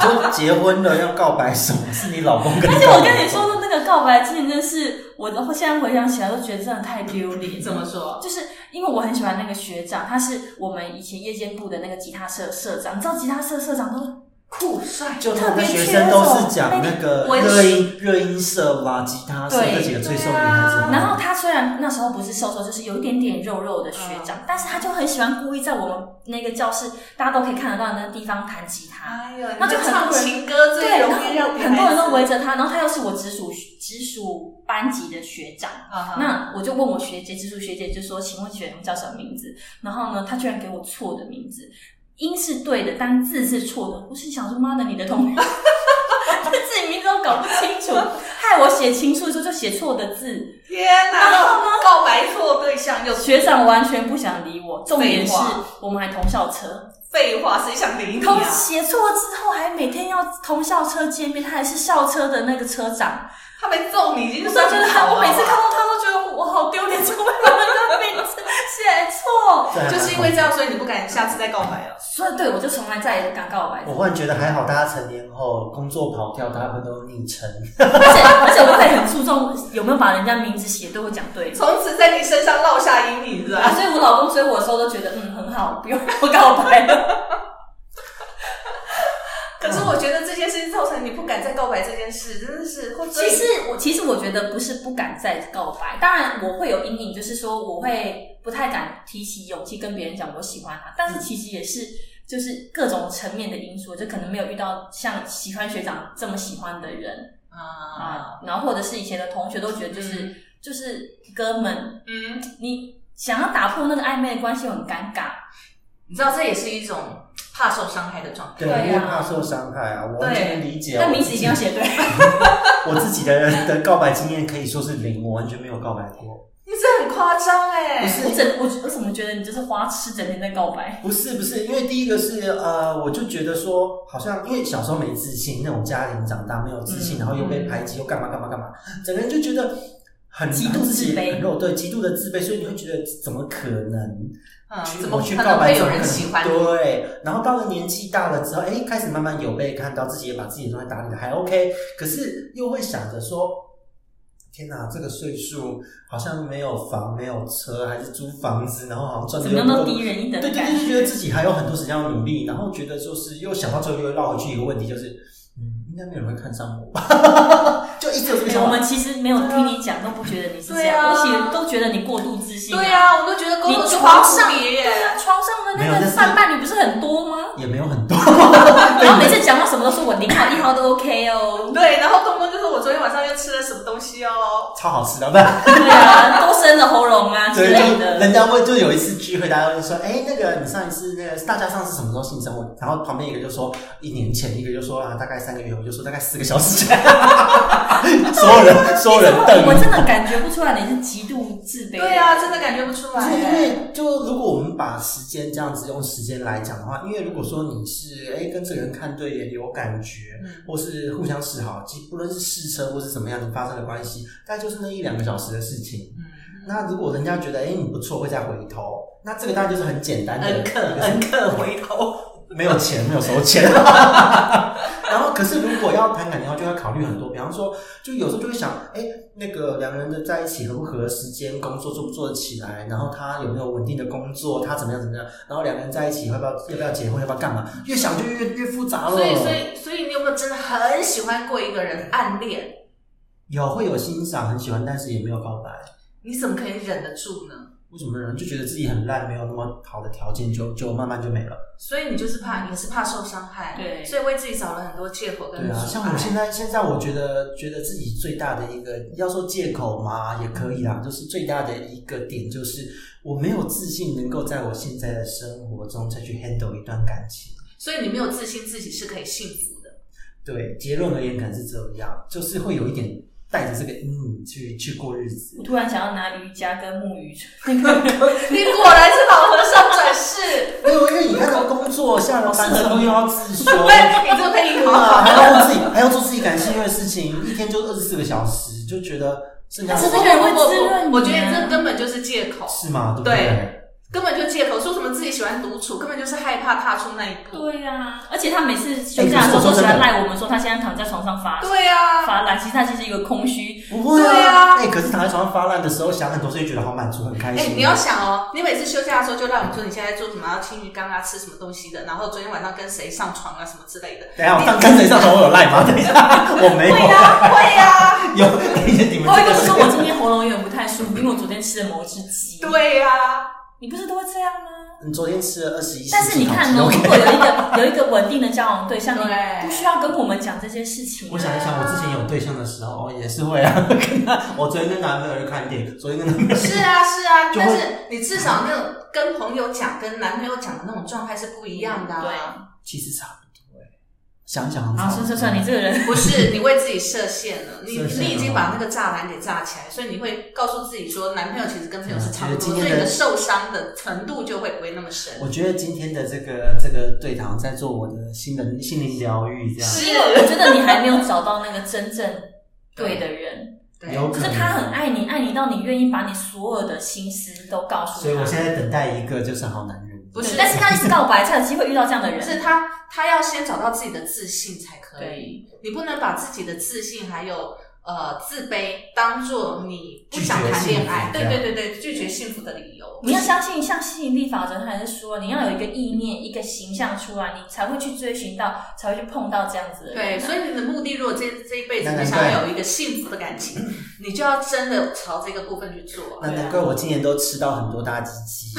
C: 都结婚了要告白什么？是你老公跟你告
B: 而
C: 白
B: 且我跟你说，那个告白经验真的是，我都现在回想起来都觉得真的太丢脸。
A: 怎么说？
B: 就是因为我很喜欢那个学长，他是我们以前夜间部的那个吉他社社长。你知道吉他社社长都
A: 酷帅，
C: 就
B: 特
C: 他们
B: 别缺
C: 学生都是
B: 那
C: 讲
B: 种
C: 那个
A: 文
C: 热音热音社啦、吉他社
B: 对
C: 这几个最受名
A: 对
C: 的之
A: 啊
C: 后，
B: 然后他虽然那时候不是瘦瘦，就是有一点点肉肉的学长，但是他就很喜欢故意在我们那个教室大家都可以看得到的那个地方弹吉他。
A: 哎呦，
B: 那就
A: 你
B: 很
A: 唱
B: 多人
A: 情歌
B: 对，
A: 最
B: 然
A: 容
B: 后
A: 易让女孩子
B: 很多人都围着他，然后他又是我直属直属班级的学长，
A: 啊哈
B: 那我就问我学姐，直属学姐就说：“请问学长叫什么名字？”然后呢，他居然给我错的名字，音是对的，但字是错的。我是想说，妈的，你的同 学自己名字都搞不清楚，害我写情书的时候就写错的字。
A: 天哪，
B: 然后呢
A: 告白错对象又
B: 学长完全不想理我，重点是
A: 废话
B: 我们还同校车，
A: 废话，谁想理你
B: 同
A: 啊？
B: 写错之后还每天要同校车见面，他还是校车的那个车长。
A: 他没揍你，已经
B: 我
A: 是
B: 真的觉得他，我每次看
A: 看，
B: 到他都觉得我好丢脸，怎么会把他的名字写错？
C: 这还
A: 就
C: 蛮
A: 是因为这样，所以你不敢下次再告白了。
B: 所以对我就从来再也不敢告白，
C: 我忽然觉得还好，大家成年后工作跑跳，大部分都昵称。
B: 而且而且我会很注重有没有把人家名字写对或讲 对。
A: 从此在你身上烙下阴影，是
B: 啊，
A: 吧？
B: 所以我老公追我的时候都觉得嗯很好，不用我告白了。
A: 可是我觉得这件事情造成你不敢再告白这件事，真的是会
B: 其实我其实我觉得不是不敢再告白，当然我会有阴影，就是说我会不太敢提起勇气跟别人讲我喜欢他，但是其实也是就是各种层面的因素，就可能没有遇到像喜欢学长这么喜欢的人。
A: 啊，
B: 啊，然后或者是以前的同学都觉得就是、
A: 嗯
B: 就是哥们，
A: 嗯，
B: 你想要打破那个暧昧的关系很尴尬，
A: 你知道这也是一种怕受伤害的状态。
C: 对，
B: 对啊
C: 因为怕受伤害啊，我完全能理解。
B: 但
C: 我
B: 名
C: 自
B: 字一
C: 己
B: 定要 写对。
C: 我自己的 的告白经验可以说是零，我完全没有告白过。
A: 你这很夸张哎，
B: 我怎我我怎么觉得你就是花痴，整天在告白？
C: 不是不是，因为第一个是呃，我就觉得说，好像因为小时候没自信，那种家庭长大没有自信，
B: 嗯
C: 然后又被排挤，又干嘛干嘛干嘛，整个人就觉得很
B: 极度自卑
C: 很肉，对，极度的自卑，所以你会觉得怎么可能？
A: 嗯，
C: 去
A: 怎么
C: 我去
A: 可
C: 告
A: 能
C: 白
A: 会有
C: 怎么可
A: 人
C: 能
A: 喜欢你？
C: 对，然后到了年纪大了之后，哎，开始慢慢有被看到，自己也把自己的东西打理的还 OK，可是又会想着说，天哪，这个岁数好像没有房、没有车，还是租房子，然后好像赚的
B: 怎
C: 又
B: 么
C: 不
B: 都
C: 够
B: 低人一等
C: 对
B: 的
C: 对
B: 感
C: 对，就
B: 觉。
C: 觉得自己还有很多时间要努力，然后觉得就是又想到最后又绕回去一个问题，就是嗯，应该没有人会看上我吧？ 就一直有这个想
B: 我们
C: 法。
B: 其实没有听你讲，都不觉得你是这
A: 对
B: 样，
A: 啊
B: 而且都觉得你过度自信、
A: 对啊，我们都觉得沟
B: 你
A: 通是花
B: 床上
A: 蝴蝶耶
B: 对啊，床上的
C: 没有
B: 那
C: 那
B: 个
C: 是
B: 泛伴侣不是很多吗？
C: 也没有很多，
B: 然后每次讲到什么都说我零号一号都 OK 哦，
A: 对，啊然后动不动就说我昨天晚上又吃了什么东西哦，
C: 超好吃的，不然
B: 对啊，都生了喉咙啊之
C: 对，
B: 类
C: 就
B: 的。
C: 人家问，就有一次聚会，大家就说，哎，那个你上一次那个大家上次什么时候性生活？然后旁边一个就说一年前，一个就说啊大概三个月，我就说大概四个小时前， 所有人所有人
B: 我
C: 瞪。
B: 真的感觉不出来你是极度自卑。
A: 对啊，真的感觉不出来
C: 是因
A: 耶。
C: 为就如果我们把时间这样子用时间来讲的话，因为如果说你是哎、跟这个人看对眼有感觉，
A: 嗯
C: 或是互相示好，即不论是试车或是怎么样子发生的关系，大概就是那一两个小时的事情。
A: 嗯，
C: 那如果人家觉得哎、你不错，会再回头，那这个当然就是很简单的
A: 恩客
C: 一个
A: 恩客回头，
C: 没有钱，没有收 钱。然后，可是如果要谈感情的话，就要考虑很多，比方说，就有时候就会想，哎、那个两个人的在一起合不合时间，工作做不做得起来，然后他有没有稳定的工作，他怎么样怎么样，然后两个人在一起要不要要不要结婚，要不要干嘛，越想就越越复杂了。
A: 所以，所以，所以你有没有真的很喜欢过一个人暗恋？
C: 有会有欣赏，很喜欢，但是也没有告白。
A: 你怎么可以忍得住呢？
C: 为什么人就觉得自己很烂，没有那么好的条件，就就慢慢就没了？
A: 所以你就是怕，你是怕受伤害，
B: 对
A: 所以为自己找了很多借口跟
C: 对啊，
A: 阻
C: 像
A: 碍
C: 我现在现在我觉得觉得自己最大的一个，要说借口嘛也可以啦，就是最大的一个点就是我没有自信能够在我现在的生活中再去 handle 一段感情。
A: 所以你没有自信自己是可以幸福的。
C: 对，结论而言可能是这样，就是会有一点带着这个阴影去去过日子
B: 我。突然想要拿瑜伽跟木鱼那个
A: 你果然是老和尚转世，
C: 没有，因为你看到工作下了班之后又要自 修。
A: 对，你这可以
C: 啊，
A: 吗？
C: 还要做自己，还要做自己感兴趣的事情，一天就二十四个小时，就觉得剩下
B: 可是这
A: 不
B: 个人会
A: 不不
B: 滋润你啊
A: 我觉得这根本就是借口，
C: 是吗？对不对？
A: 根本就借口。说什么自己喜欢独处，根本就是害怕踏出那一步。
B: 对啊，而且他每次休假的时候都喜欢赖我们说他现在躺在床上发
A: 对啊，
B: 发懒，其实他其实一个空虚。
C: 不会
A: 对啊
C: 哎、可是躺在床上发烂的时候，想很多事情，觉得好满足，很开
A: 哎、
C: 心。
A: 你要想哦，你每次休假的时候就让我们说你现在做什么，要清鱼缸啊，吃什么东西的，然后昨天晚上跟谁上床啊，什么之类的。
C: 等一下，我上跟谁上床我有赖 吗？等一下，我没有
A: 会呀、会呀、
C: 有。等一下，你们
B: 他会
C: 这个
B: 跟啊我
C: 是
B: 说我今天喉咙有点不太舒服，因为我昨天吃了某一只鸡。，
A: 对啊呀、
B: 你不是都会这样吗？
C: 你昨天吃了二十一，
B: 但是你看哦呢，如果有一个有一个稳定的交往对象，你
A: 对
B: 不需要跟我们讲这些事情啊。
C: 我想一想，我之前有对象的时候，哦，也是会啊。跟他，我昨天跟男朋友去看电影，昨天跟男朋友
A: 是啊，是啊，
C: 就会
A: 但是你至少那种跟朋友讲、跟男朋友讲的那种状态是不一样的、啊。
C: 其实差不多哎、想想
B: 啊，算算算，你这个人，
A: 不是你为自己设限了，你
C: 设限了
A: 你已经把那个栅栏给炸起来，所以你会告诉自己说，男朋友其实跟朋友是差不多，
C: 其实今
A: 所以
C: 天的
A: 你的受伤的程度就会不会那么深。
C: 我觉得今天的这个这个对谈在做我的心灵心灵疗愈，这样
A: 是
B: 我觉得你还没有找到那个真正对的人，
A: 对，
C: 有
B: 就
C: 可
B: 是
C: 能
B: 他很爱你，爱你到你愿意把你所有的心思都告诉他。
C: 所以我现在等待一个就是好男人，
A: 不是
B: 但是他一直告白，才有机会遇到这样的
A: 可
B: 人。
A: 是他他要先找到自己的自信才可以，
B: 对，
A: 你不能把自己的自信还有呃自卑当做你不想谈恋爱，对对对
C: 拒绝幸福
A: 对，拒绝幸福的理由。
B: 你要相信，像吸引力法则，他还是说你要有一个意念、一个形象出来，你才会去追寻到，才会去碰到这样子的人啊。
A: 对，所以你的目的，如果这这一辈子
C: 那
A: 你
C: 难
A: 想
C: 怪
A: 要有一个幸福的感 情，你就要真的朝这个部分去 做啊。
C: 那
B: 对啊
C: 难怪我今年都吃到很多大鸡鸡，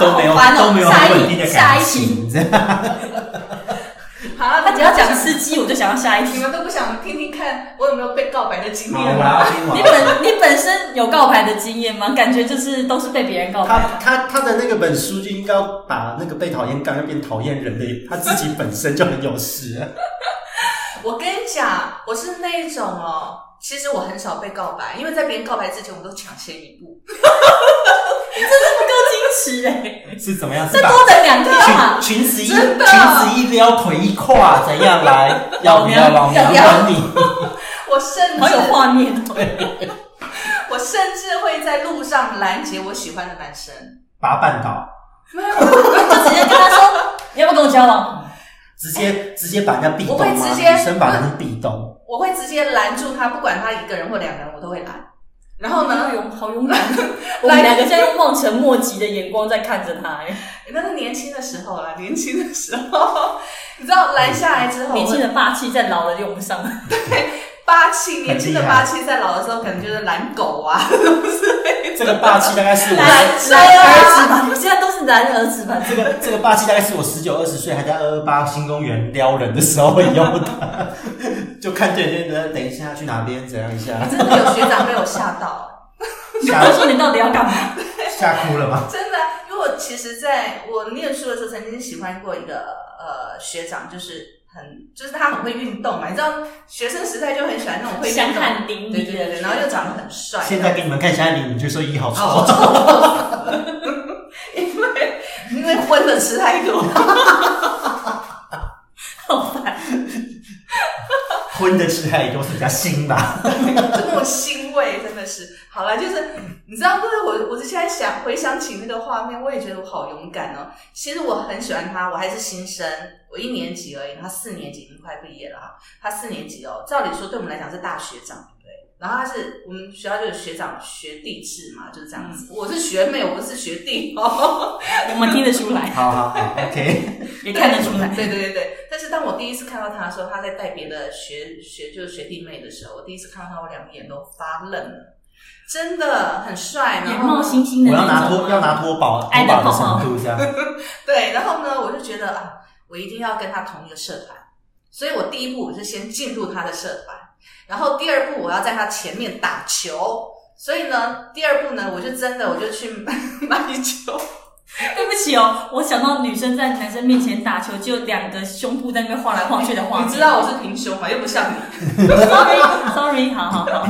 C: 都没有、
B: 好烦哦
C: 都没有
B: 下一
C: 很稳定的
B: 下
C: 感
B: 一题
C: 情，这样
A: 好了，
B: 他只要讲吃鸡，我就想要下一
A: 你
B: 题。
A: 们都不想听听看我有没有被告白的经
C: 好，啊
A: 验
C: 我
A: 吗？
C: 要听
B: 你
C: 完。
B: 本你本身有告白的经验吗？感觉就是都是被别人告白
C: 他
B: 的。
C: 他他的那个本书就应该要把那个被讨厌干要变讨厌人的，他自己本身就很有事。
A: 我跟你讲，我是那一种哦。其实我很少被告白，因为在别人告白之前，我都抢先一步。
B: 这是不够矜持哎，
C: 是怎么样？
B: 这
C: 是把
B: 多等两天嘛。
C: 裙裙子一裙
A: 真的
C: 子一撩，腿一跨，怎样来？要不要老娘管你？
A: 我甚至
B: 好有画面哦。
A: 我甚至会在路上拦截我喜欢的男 生。
C: 把他绊倒，
A: 没有，我
B: 直接跟他说你要不要跟我交 往？
C: 直接直接把人家壁咚
A: 我
C: 吗？
A: 会直接
C: 女生把人家壁咚，
A: 我会直接拦住他，不管他一个人或两个人，我都会拦。然后呢
B: 好，勇好勇敢！我们两个现在用望尘莫及的眼光在看着他 哎，
A: 那是年轻的时候啦， 年轻的时候， 你知道拦下来之后，
B: 年轻
A: 我
B: 的霸气在老了用不上。
A: 霸气，年轻的
C: 很厉害
A: 霸气，在老的时候可能就是拦狗啊，
C: 这个霸气大概是我
B: 男
A: 男
B: 儿子吧， 你们现在都是男儿子吧？
C: 这个这个霸气大概是我十九二十岁还在二二八新公园撩人的时候会用的，就看对面的等一下去哪边怎样一下，
A: 真的有学长被我吓到，
C: 吓
B: 我说你到底要干嘛？
C: 吓哭了吗？
A: 真的，因为我其实在我念书的时候曾经喜欢过一个呃学长，就是很就是他很会运动嘛，你知道学生时代就很喜欢那种会
B: 香
A: 运动，
B: 汗淋漓
A: 对对对对，然后又长得很帅，哦
C: 现在给你们看下一名，你就说一好丑，
A: 因为因为荤的吃太多。
B: 好烦！
C: 荤的吃太多是比较腥吧？
A: 这种腥味真的的是，好了，就是你知道，就是我，我是现在想回想起那个画面，我也觉得我好勇敢哦。其实我很喜欢他，我还是新生，我一年级而已，他四年级已经快毕业了哈，他四年级哦，照理说对我们来讲是大学长，对不对？然后他是我们学校就是学长学弟制嘛，就是这样子。我是学妹，我不是学弟哦。
B: 我们听得出来，
C: 好好好，OK，
B: 也 看得出来。
A: 对对对对，但是当我第一次看到他的时候，他在带别的学学就是学弟妹的时候，我第一次看到他，我两个眼都发愣了，真的很帅，
B: 眼
A: 然
B: 冒
A: 后
B: 星 星
C: 我
B: 的那
C: 要
B: 种
C: 拿
B: 吗
C: 拖要拿拖把拖
B: 爱的
C: 把的
B: 抱抱
C: 程度这样，
A: 对，然后呢，我就觉得啊，我一定要跟他同一个社团，所以我第一步我是先进入他的社团，然后第二步我要在他前面打球，所以呢，第二步呢，我就真的我就去 买球。
B: 对不起哦，我想到女生在男生面前打球，就两个胸部在那边晃来晃去的画面。
A: 你知道我是平胸嘛，又不像你。
B: ？Sorry，Sorry，好好好，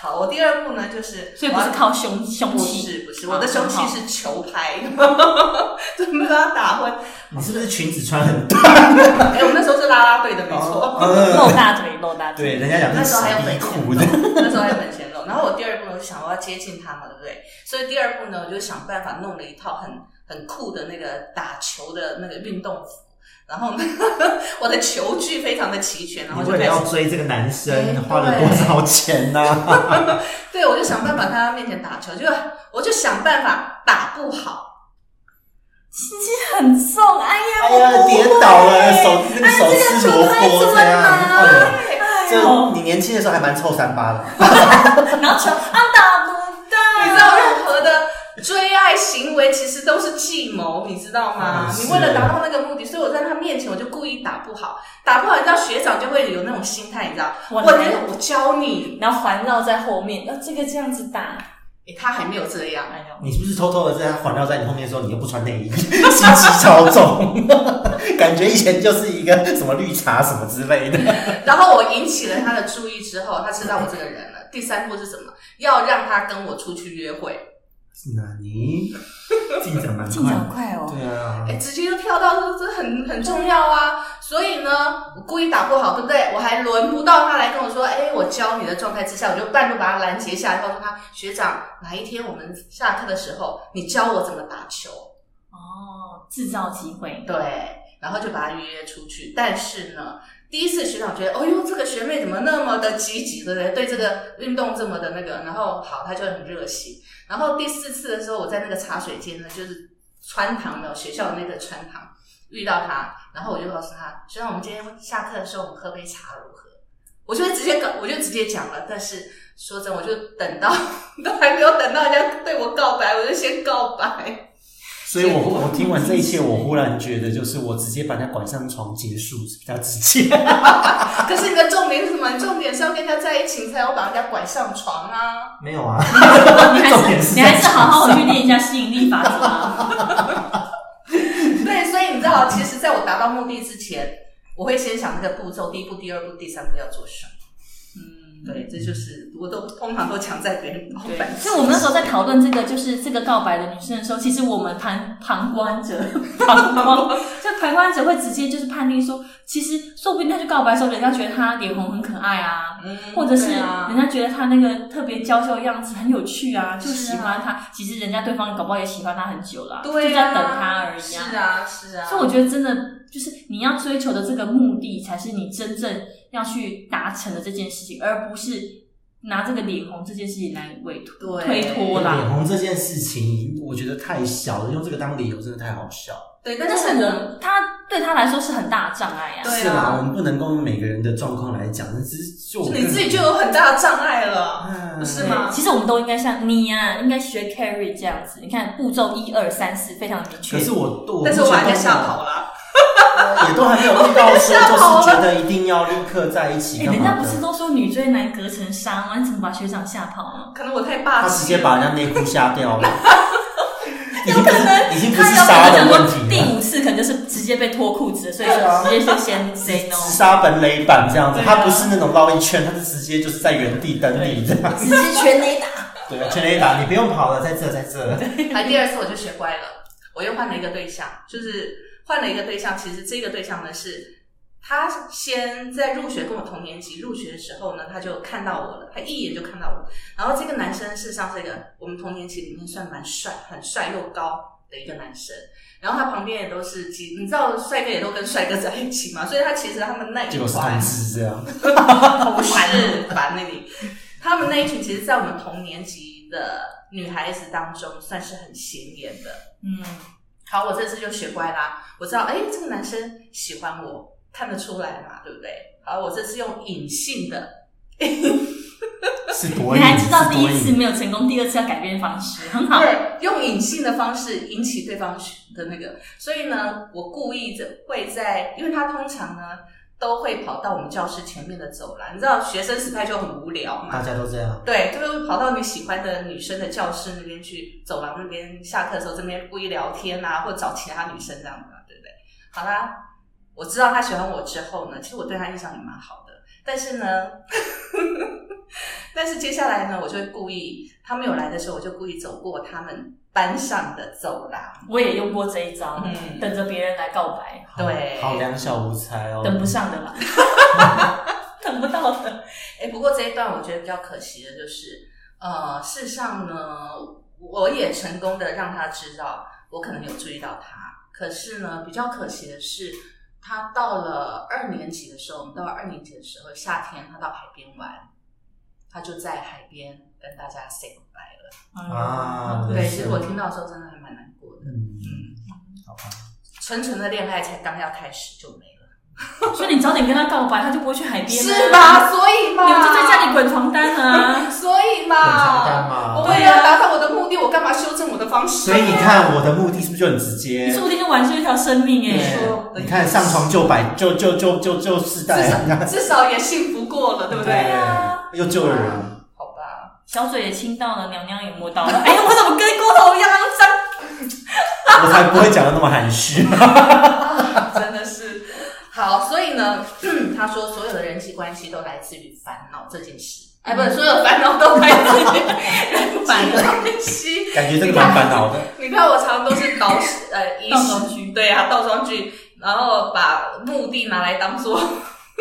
A: 好，我第二步呢就是，
B: 所以不是靠胸胸
A: 不
B: 器，
A: 是不是，
B: 啊
A: 我的凶器
B: 很好
A: 是球拍， 真的把他打昏。
C: 你是不是裙子穿很 短？
A: 哎、我们那时候是啦啦队的，没错。
B: 露大腿，露大
C: 对，
B: 腿。
C: 人家讲
A: 那
C: 是
A: 时候还有
C: 傻
A: 本
C: 逼
A: 钱
C: 裤
A: 弄
C: 的，，
A: 那时候还有本钱弄。然后我第二步呢，我就想我要接近他嘛，对不对？所以第二步呢，我就想办法弄了一套很很酷的那个打球的那个运动服，然后呢 我的球具非常的齐全，然后
C: 你
A: 就
C: 为了
A: 开始
C: 要追这个男生
A: 哎
C: 花了多少钱呢？
A: 对，我就想办法在他面前打球，就我就想办法打不好，
B: 心机很重，哎呀，
C: 哎呀，
B: 我
C: 跌
B: 不会
C: 倒了，手那个手吃萝卜这样，哎
B: 哎呦
C: 这你年轻的时候还蛮臭三八的，
B: 然后球啊打不 到，
A: 你知道任何的追爱行为其实都是计谋，你知道吗？
C: 嗯
A: 你
C: 是
A: 为了达到那个目的，所以我在他面前我就故意打不好，打不好，你知道学长就会有那种心态，你知道，
B: 我
A: 我
B: 来
A: 来我教你，
B: 然后环绕在后面，要这个这样子打，
A: 诶他还没有这 样，
B: 哎呦，
C: 你是不是偷偷的在他环绕在你后面的时候，你又不穿内衣，心机超重，感觉以前就是一个什么绿茶什么之类的。
A: 然后我引起了他的注意之后，他知道我这个人了。第三步是什么？要让他跟我出去约会，
C: 那啊你进展蛮
B: 进
C: 快
B: 展好
C: 的，
B: 快哦，
C: 对啊
A: 哎，，直接就跳到这很很重要啊。所以呢，我故意打不好，对不对？我还轮不到他来跟我说，哎，我教你的状态之下，我就半路把他拦截下来，告诉他学长，哪一天我们下课的时候，你教我怎么打球。
B: 哦，制造机会，
A: 对，然后就把他约出去。但是呢，第一次学长觉得，哦呦，这个学妹怎么那么的积极，对不对？对这个运动这么的那个，然后好，他就很热心。然后第四次的时候，我在那个茶水间呢，就是穿堂没有学校的那个穿堂遇到他，然后我就告诉他，学长，我们今天下课的时候，我们喝杯茶如何？我就会直接跟，我就直接讲了。但是说真，我就等到 都还没有等到人家对我告白，我就先告白。
C: 所以我我听完这一切，我忽然觉得，就是我直接把他拐上床结束是比较直接。
A: 可是你的重点是什么？你重点是要跟人家在一起，你才要把人家拐上床啊！
C: 没有 啊，
B: 你
C: 重
B: 还
C: 点
B: 是
C: 是
B: 你还是好好去练一下吸引力法则啊，
A: 对，所以你知道，其实在我达到目的之前，我会先想那个步骤，第一步、第二步、第三步要做什么。
B: 嗯，
A: 对，这就是我都通常都强在别人老
B: 对
A: 板，
B: 所以我们那时候在讨论这个，就是这个告白的女生的时候，其实我们旁旁观者， 旁观就旁观者会直接就是判定说，其实说不定他去告白的时候，人家觉得他脸红很可爱啊，
A: 嗯
B: 或者是
A: 对啊
B: 人家觉得他那个特别娇羞的样子很有趣啊，就喜
A: 是啊
B: 欢他。其实人家对方搞不好也喜欢他很久了、
A: 对
B: 就
A: 啊，
B: 在等他而已
A: 是啊，是啊。
B: 所以我觉得真的就是你要追求的这个目的，才是你真正要去达成的这件事情，而不是拿这个脸红这件事情来委托
A: 对
B: 推脱
C: 脸
B: 啦。
C: 红这件事情，我觉得太小了，用这个当理由真的太好笑。
A: 对，但
B: 但
A: 是
B: 是
A: 我
B: 我他对他来说是很大的障碍呀、
A: 对啊
C: 是啦，我们不能够用每个人的状况来讲，那只是就我
A: 你自己就有很大的障碍了，
C: 嗯
A: 不是吗？
B: 其实我们都应该像你呀、应该学 Carry 这样子。你看步骤一二三四非常明确
C: 可，是我我
A: 但是我把人家吓跑了，
B: 啊
C: 了，也都还没有遇到说就是觉得一定要立刻在一起
B: 哎、
C: 干
B: 人家
C: 嘛
B: 不是
C: 的。
B: 都说女追男隔层纱吗？你怎么把学长吓跑了？
A: 可能我太
B: 啊
A: 霸气
C: 他
A: 了，
C: 直接把人家内裤吓掉了，已 经
B: 有
C: 不
B: 可
C: 是
B: 能
C: 已经不
B: 他
C: 是
B: 有可
C: 杀
B: 能想
C: 的问
B: 说
C: 题了啊
B: 第。五次可能就是直接被脱裤子，所以说直接就先 say no。
C: 杀本垒板这样子，
A: 对啊
C: 他不是那种绕一圈，他是直接就是在原地等你这样。
B: 直接全雷打。
C: 对，全垒打，你不用跑了，在这，在 这。
A: 还第二次我就学乖了，我又换了一个对象，就是换了一个对象。其实这个对象呢是，他先在入学跟我同年级入学的时候呢，他就看到我了，他一眼就看到我。然后这个男生事实上是一个我们同年级里面算蛮帅、很帅又高的一个男生。然后他旁边也都是几，你知道帅哥也都跟帅哥在一起嘛，所以他其实他们那一
E: 结果是
A: 团
E: 同志这样，
A: 不是烦那里。他们那一群其实，在我们同年级的女孩子当中，算是很显眼的。
B: 嗯，
A: 好，我这次就学乖啦，我知道，哎、这个男生喜欢我，看得出来嘛，对不对？好，我这次用隐性的，
E: 是多
B: 你
E: 瘾，
B: 还知道
E: 是
B: 第
E: 多
B: 一次
E: 瘾。
B: 没有成功，第二次要改变方式，很好。
A: 对，用隐性的方式引起对方的那个，所以呢，我故意的会在，因为他通常呢都会跑到我们教室前面的走廊，你知道学生时代就很无聊嘛，
C: 大家都这样，
A: 对，就是会跑到你喜欢的女生的教室那边去，走廊那边下课的时候，这边故意聊天啊，或找其他女生这样子嘛，对不对？好啦，我知道他喜欢我之后呢，其实我对他印象也蛮好的，但是呢， 但是接下来呢，我就会故意，他没有来的时候，我就故意走过他们班上的走廊，
B: 我也用过这一招，
A: 嗯
B: 等着别人来告白，
A: 对，
E: 好两小无猜哦，
B: 等不上的啦，等不到的。
A: 哎、不过这一段我觉得比较可惜的就是，呃，事实上呢，我也成功的让他知道我可能有注意到他，可是呢，比较可惜的是，他到了二年级的时候，我们到了二年级的时候，夏天他到海边玩，他就在海边跟大家 say goodbye 了。
B: 嗯
C: 啊
A: 对，
C: 对
A: 其实我听到的时候真的还蛮难过的，
C: 嗯，
A: 纯纯的恋爱才刚要开始就没了，
B: 所以你早点跟他告白，他就不会去海边了啊
A: 是吧？？所以嘛，
B: 你们就在家里滚床单 啊！
A: 所以
C: 很常
A: 嘛
C: 干。嘛
A: 我？为了要达到我的目的，我干嘛修正我的方式？
E: 啊所以你看我的目的是不是就很直接
B: 你？说不定就挽救一条生命哎、
E: 对
A: 说
E: 你看上床就摆，就就就就就世代
A: 至，少 至少也幸福过了，对不对？
B: 啊
E: 又救了人，
A: 好吧，
B: 小嘴也亲到了，娘娘也 摸到了。哎呀，我怎么跟锅头一样肮脏？
E: 我才不会讲的那么含蓄。
A: 真的是好。所以呢， 他说所有的人际关系都来自于烦恼这件事。哎，
E: 嗯
A: 不是，所有烦恼都来自于烦恼关系。
E: 感觉这个蛮烦恼的，
A: 你看，我常常都是搞呃仪
B: 倒装
A: 式，对啊，倒装句，然后把目的拿来当做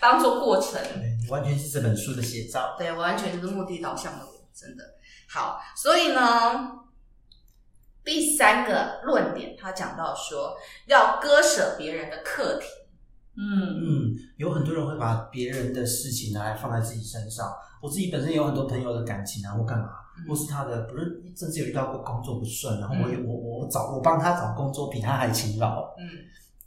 A: 当做过程。
C: 对你完全是这本书的写照。
A: 对，我完全就是目的导向的我，真的好。所以呢，第三个论点，他讲到说要割舍别人的课题，
B: 嗯，
C: 嗯，有很多人会把别人的事情拿来放在自己身上。我自己本身也有很多朋友的感情啊，或干嘛，
A: 嗯
C: 或是他的，不是甚至有遇到过工作不顺，然后我也
A: 嗯
C: 我我找我帮他找工作，比他还勤劳，
A: 嗯，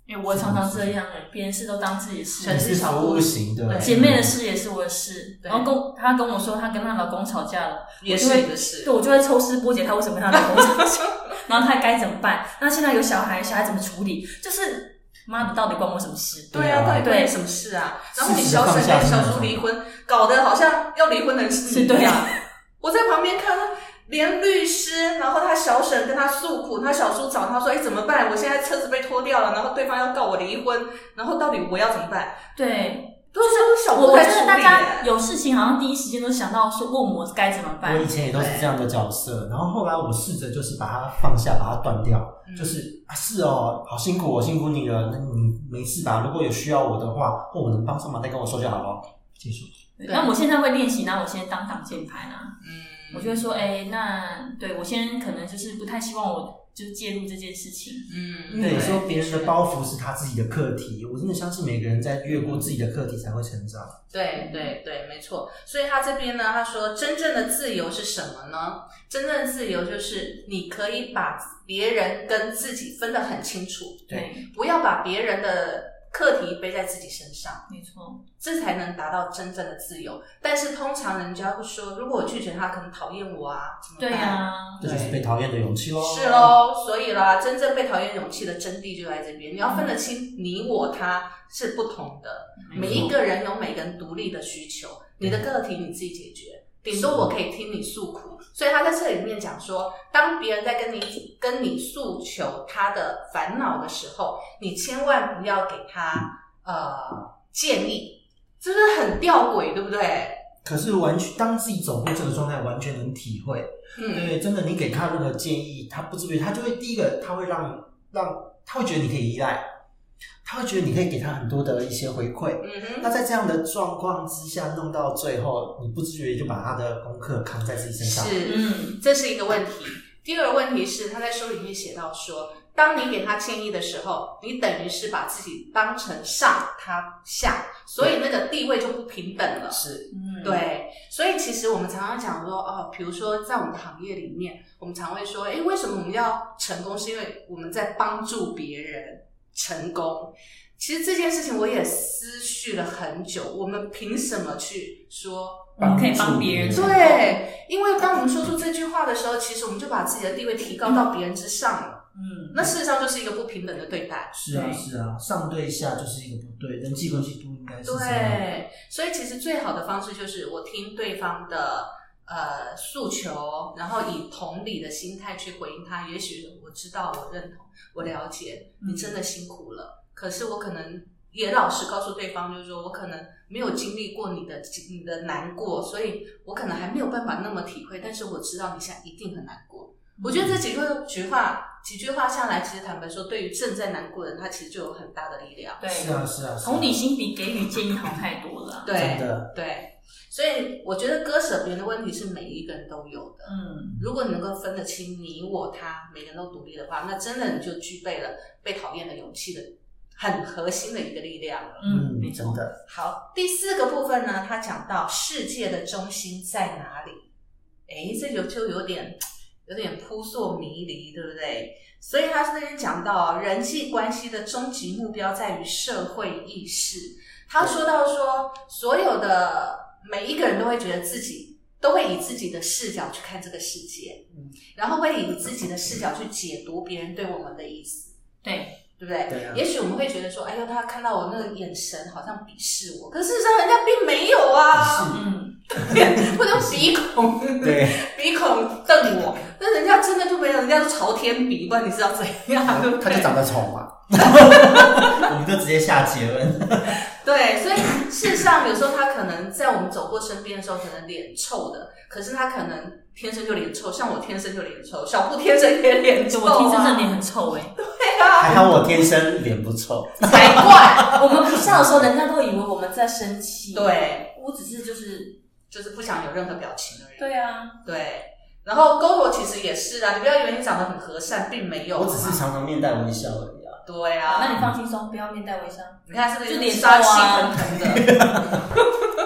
B: 因为我常常这样哎、别人事都当自己事
A: 真。是
C: 是
A: 小
C: 服务型的嗯
A: 对
B: 姐妹的事也是我的事，
A: 对
B: 然后跟她跟我说她跟她老公吵架了，
A: 也
B: 我
A: 是
B: 就
A: 你
B: 会
A: 的事
B: 对，我就会抽丝剥茧，她为什么跟她老公吵架， 然后她该怎么办？那现在有小孩，小孩怎么处理？就是妈的，到底关我什么事？
A: 对啊，到底关你
B: 对
A: 什么事啊？然后你
C: 事实
A: 小
C: 放
A: 沈
C: 下
A: 跟
C: 是
A: 小
C: 那
A: 叔
C: 种
A: 离婚，搞得好像要离婚的人是
B: 是
A: 你
B: 对
A: 一样
B: 啊。
A: 我在旁边看，连律师，然后他小沈跟他诉苦，他小叔找他说：“哎，怎么办？我现在车子被拖掉了，然后对方要告我离婚，然后到底我要怎么办
B: 对，？”
A: 都是小
B: 我
A: 姑
B: 我
A: 在
B: 觉
A: 处
B: 得
A: 理
B: 大
A: 耶
B: 家有事情好像第一时间都想到说问我该怎么办
C: 我，以前也都是这样的角色，然后后来我试着就是把它放下，把它断掉，
A: 嗯
C: 就是啊是哦，好辛苦哦，辛苦你了，那你没事吧？如果有需要我的话，或我能帮上忙再跟我说就好了，结束。
B: 对那我现在会练习，那我先当挡箭牌啦。
A: 嗯
B: 我就会说，哎、那对我先可能就是不太希望我就是介入这件事情。
A: 嗯，
C: 因为有时候别人的包袱是他自己的课题，我真的相信每个人在越过自己的课题才会成长。
A: 对对对，没错。所以他这边呢，他说真正的自由是什么呢？真正的自由就是你可以把别人跟自己分得很清楚，
B: 对，
A: 不要把别人的课题背在自己身上。
B: 没错，
A: 这才能达到真正的自由。但是通常人家会说，如果我拒绝他，可能讨厌我啊，怎么
B: 对
A: 办？
B: 呀、
C: 这就是被讨厌的勇气喽。
A: 是喽，所以啦，真正被讨厌勇气的真谛就在这边。你要分得清你我他是不同的，每一个人有每个人独立的需求，你的个体你自己解决。顶多我可以听你诉苦，所以他在这里面讲说，当别人在跟你跟你诉求他的烦恼的时候，你千万不要给他呃建议，这是很吊诡，对不对？
C: 可是完全当自己走过这个状态，完全能体会。
A: 嗯，
C: 对，真的，你给他任何建议，他不知不觉，他就会第一个，他会让让他会觉得你可以依赖，他会觉得你可以给他很多的一些回馈。
A: 嗯
C: 那
A: 哼，
C: 在这样的状况之下，弄到最后，你不自觉就把他的功课扛在自己身上。
A: 是，
B: 嗯，
A: 这是一个问题。第二个问题是，他在书里面写到说，当你给他建议的时候，你等于是把自己当成上他下，所以那个地位就不平等了。
C: 是，
B: 嗯，
A: 对，所以其实我们常常讲说，哦，比如说在我们的行业里面，我们常会说，诶，为什么我们要成功？是因为我们在帮助别人成功。其实这件事情我也思绪了很久，我们凭什么去说？
B: 我们可以帮别人成功，
A: 对，因为当我们说出这句话的时候，其实我们就把自己的地位提高到别人之上了。
B: 嗯，
A: 那事实上就是一个不平等的对待。
G: 是啊，
B: 对
G: 是啊，上对下就是一个不对，人际关系不应该是这样。
A: 对，所以其实最好的方式就是我听对方的呃诉求，然后以同理的心态去回应他。也许我知道，我认同，我了解，
B: 嗯
A: 你真的辛苦了。可是我可能也老实告诉对方，就是说我可能没有经历过你的你的难过，所以我可能还没有办法那么体会。但是我知道你现在一定很难
G: 嗯
A: 过。我觉得这几个句话几句话下来，其实坦白说，对于正在难过的人，他其实就有很大的力量。
B: 对，
C: 是啊，是啊，是啊
B: 同理心比给予建议好太多了啊，
A: 对，
C: 真的
A: 对，所以我觉得割舍别人的问题是每一个人都有的。
B: 嗯，
A: 如果你能够分得清你、我、他，每个人都独立的话，那真的你就具备了被讨厌的勇气的很核心的一个力量了。
B: 嗯，没
C: 真
B: 错，
C: 的，
A: 好，第四个部分呢，他讲到世界的中心在哪里？诶，这就就有点有点扑朔迷离，对不对？所以他是那边讲到人际关系的终极目标在于社会意识。他说到说，所有的每一个人都会觉得自己都会以自己的视角去看这个世界，
C: 嗯
A: 然后会以自己的视角去解读别人对我们的意思。
B: 对，
A: 对不对？
C: 对啊
A: 也许我们会觉得说，哎呦，他看到我那个眼神好像鄙视我，可事实上人家并没有啊，
B: 嗯，
A: 不能鼻孔
C: 对，
A: 鼻孔瞪我，那人家真的就没有，人家都朝天鼻，不然你知道怎样，对不
C: 哦他就
A: 对？
C: 长得丑 嘛，
G: 我们就直接下结论。
A: 对，所以事实上有时候他可能在我们走过身边的时候，可能脸臭的，可是他可能天生就脸臭，像我天生就脸臭，小布天生也脸臭、啊，
B: 我听说这脸很臭哎，
C: 还好我天生脸不臭，
A: 才怪，
B: 我们不笑的时候，人家都以为我们在生气，，
A: 对，
B: 我只是就是，
A: 就是不想有任何表情而已。
B: 对啊，
A: 对，然后 Gogo 其实也是啊，你不要以为你长得很和善，并没
B: 啊
A: 有嘛。
C: 我只是常常面带微笑而已啊。
A: 对啊，
B: 那你放轻松，不要面带微笑，
A: 你看是不是
B: 就脸
A: 杀气
B: 臭啊
A: 腾腾的？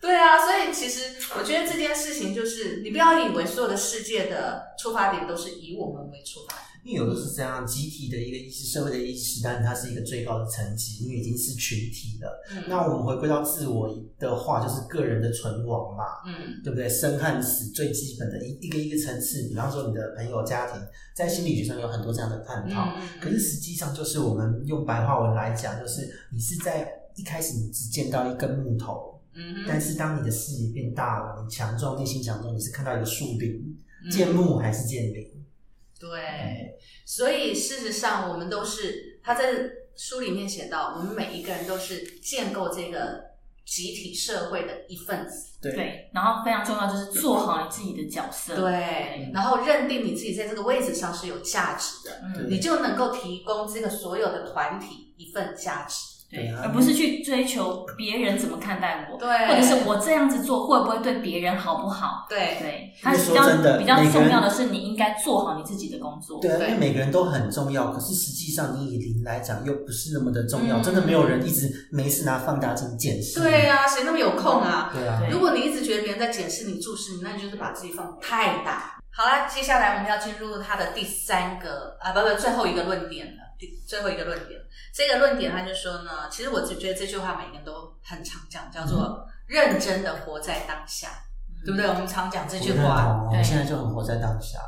A: 对啊，所以其实我觉得这件事情就是，你不要以为所有的世界的出发点都是以我们为出发点。
C: 因为有的是这样，集体的一个意识，社会的意识，但它是一个最高的层级，因为已经是群体了。那我们回归到自我的话，就是个人的存亡嘛。
A: 嗯
C: 对不对？生和死最基本的一一个一个层次，比方说你的朋友、家庭，在心理学上有很多这样的探
A: 嗯
C: 讨。
A: 嗯
C: 可是实际上，就是我们用白话文来讲，就是你是在一开始你只见到一根木头，
A: 嗯哼，
C: 但是当你的视野变大了，你强壮内心强壮，你是看到一个树林，
A: 嗯
C: 见木还是见林？
A: 对，所以事实上我们都是他在书里面写到，我们每一个人都是建构这个集体社会的一份子。
B: 对，然后非常重要就是做好你自己的嗯角色，，
A: 对，然后认定你自己在这个位置上是有价值的，
B: 嗯，
A: 你就能够提供这个所有的团体一份价值。
C: 对，
B: 对
C: 啊
B: 而不是去追求别人怎么看待我，
A: 对
B: 或者是我这样子做会不会对别人好不好？
A: 对
B: 对，
C: 因
B: 它
C: 为
B: 比
C: 说
B: 较
C: 真的
B: 比较
C: 每个
B: 重
C: 人
B: 要的是，你应该做好你自己的工作。
C: 对啊，
A: 对
C: 因为每个人都很重要，可是实际上你以零来讲又不是那么的重要，
A: 嗯
C: 真的没有人一直没事拿放大镜检视。
A: 对啊，谁那么有空啊？
C: 对啊，
B: 对
A: 如果你一直觉得别人在检视你、注视你，那你就是把自己放太大。好啦，接下来我们要进入他的第三个啊，不不，最后一个论点了。第最后一个论点，这个论点他就说呢，其实我只觉得这句话每个人都很常讲，叫
B: 嗯
A: 做认真的活在当下，对不对？我们常讲这
C: 我
A: 句
C: 认同
A: 话。
C: 哦，
B: 对
C: 我现在就很活在当下。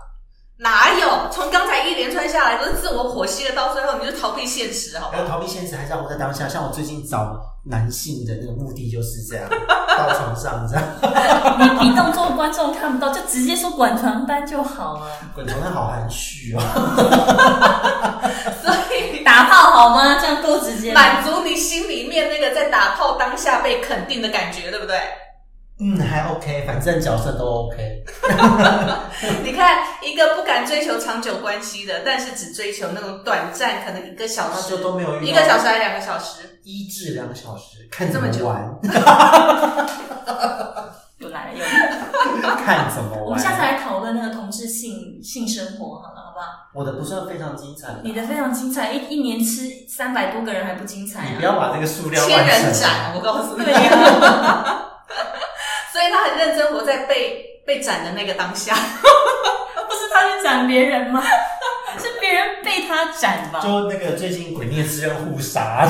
A: 哪有？从刚才一连串下来都是自我剖析的，到最后你就逃避现实，好不
C: 还有
A: 好？
C: 逃避现实，还是要活在当下。像我最近找男性的那个目的就是这样， 到床上这样，
B: 你动作观众看不到，就直接说滚床单就好了，
C: 滚床单好含蓄哦。
A: 所以
B: 打炮好吗？这样够
C: 嗯
B: 直接吗。
A: 满足你心里面那个在打炮当下被肯定的感觉，对不对？
C: 嗯，还 OK，反正角色都 OK。
A: 你看，一个不敢追求长久关系的，但是只追求那种短暂，可能一个小时
C: 就都没有遇到
A: 一个小时还两个小时，
C: 一至两小时，看怎
A: 这么久啊
C: 么玩，
B: 又来了又来了。
C: 看怎么
B: 我们下次
C: 玩。
B: 来讨论那个同志性性生活好了，好不好？
C: 我的不算非常精彩，
B: 你的非常精彩，一一年吃三百多个人还不精彩
C: 你
B: 啊
C: 不？要把这个数量
A: 千
C: 乱
A: 人
C: 成
A: 斩，我告诉你
B: 对。呀、
A: 所以他很认真活在被被斩的那个当下。
B: 不是他去斩别人吗？ 是别人被他斩吧？
C: 就那个最近鬼灭之刃互杀，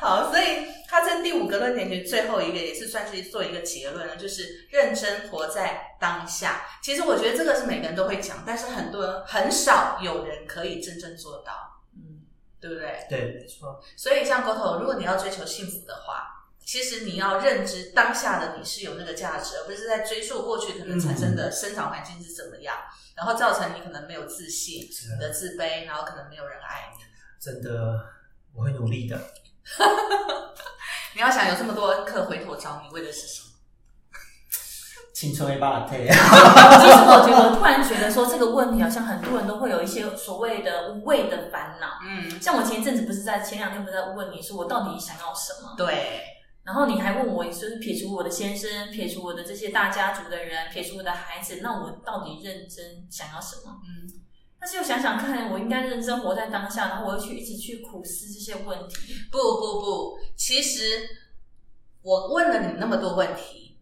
A: 好，所以他这第五个论点其实最后一个也是算是做一个结论了，就是认真活在当下。其实我觉得这个是每个人都会讲，但是很多人很少有人可以真正做到，
B: 嗯，
A: 对不对？
C: 对，没错，
A: 所以像狗头，如果你要追求幸福的话，其实你要认知当下的你是有那个价值，而不是在追溯过去可能产生的生长环境是怎么样，然后造成你可能没有自信、
C: 是
A: 你的自卑，然后可能没有人爱你。
C: 真的，我会努力的。
A: 你要想有这么多恩客回头找你，为的是什么？
C: 青春没办法退，啊
B: 其实我觉得，我突然觉得说这个问题好像很多人都会有一些所谓的无谓的烦恼。
A: 嗯，
B: 像我前一阵子不是在前两天不是在问你说我到底想要什么，
A: 对。
B: 然后你还问我就是撇除我的先生，撇除我的这些大家族的人，撇除我的孩子，那我到底认真想要什么？
A: 嗯，
B: 但是又想想看，我应该认真活在当下，然后我又去一直去苦思这些问题。
A: 不不不，其实我问了你那么多问题，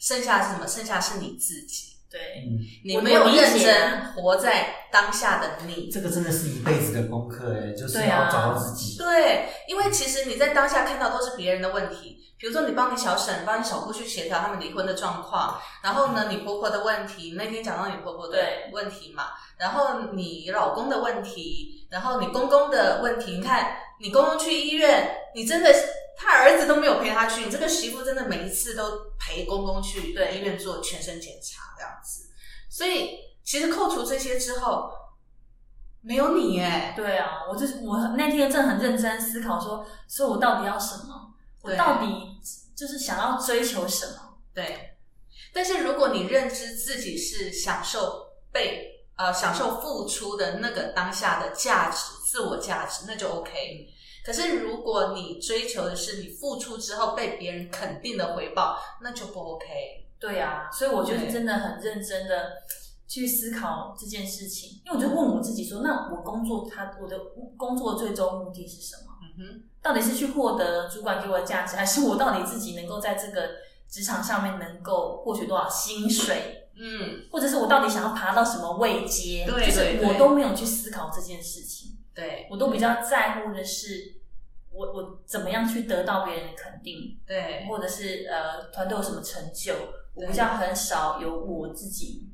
A: 剩下是什么？剩下是你自己，
B: 对，
C: 嗯
A: 你
B: 我
A: 没有
B: 我理解
A: 认真活在当下的你。
C: 这个真的是一辈子的功课哎，就是
B: 对啊
C: 要找到自己。
A: 对，因为其实你在当下看到都是别人的问题，比如说你帮你小婶、帮你小姑去协调他们离婚的状况，然后呢，你婆婆的问题，那天讲到你婆婆的
B: 对
A: 问题嘛，然后你老公的问题，然后你公公的问题，你看你公公去医院，你真的是他儿子都没有陪他去，你这个媳妇真的每一次都陪公公去
B: 对
A: 医院做全身检查这样子，所以其实扣除这些之后，没有你哎，
B: 对啊，我就是我那天真的很认真思考说，所以我到底要什么？我
A: 对
B: 到底就是想要追求什么？
A: 对，但是如果你认知自己是享受被呃享受付出的那个当下的价值、自我价值，那就 OK。可是如果你追求的是你付出之后被别人肯定的回报，那就不 OK。
B: 对啊，所以我就是
A: 对
B: 真的很认真的去思考这件事情，因为我就问我自己说，那我工作它我的工作最终目的是什么？
A: 嗯
B: 到底是去获得主管给我的价值，还是我到底自己能够在这个职场上面能够获取多少薪水，
A: 哼，嗯，
B: 或者是我到底想要爬到什么位阶？
A: 对
B: 就是
A: 对对
B: 我都没有去思考这件事情，
A: 对
B: 我都比较在乎的是。我我怎么样去得到别人的肯定？
A: 对
B: 或者是呃团队有什么成就，我
A: 对
B: 比较很少有我自己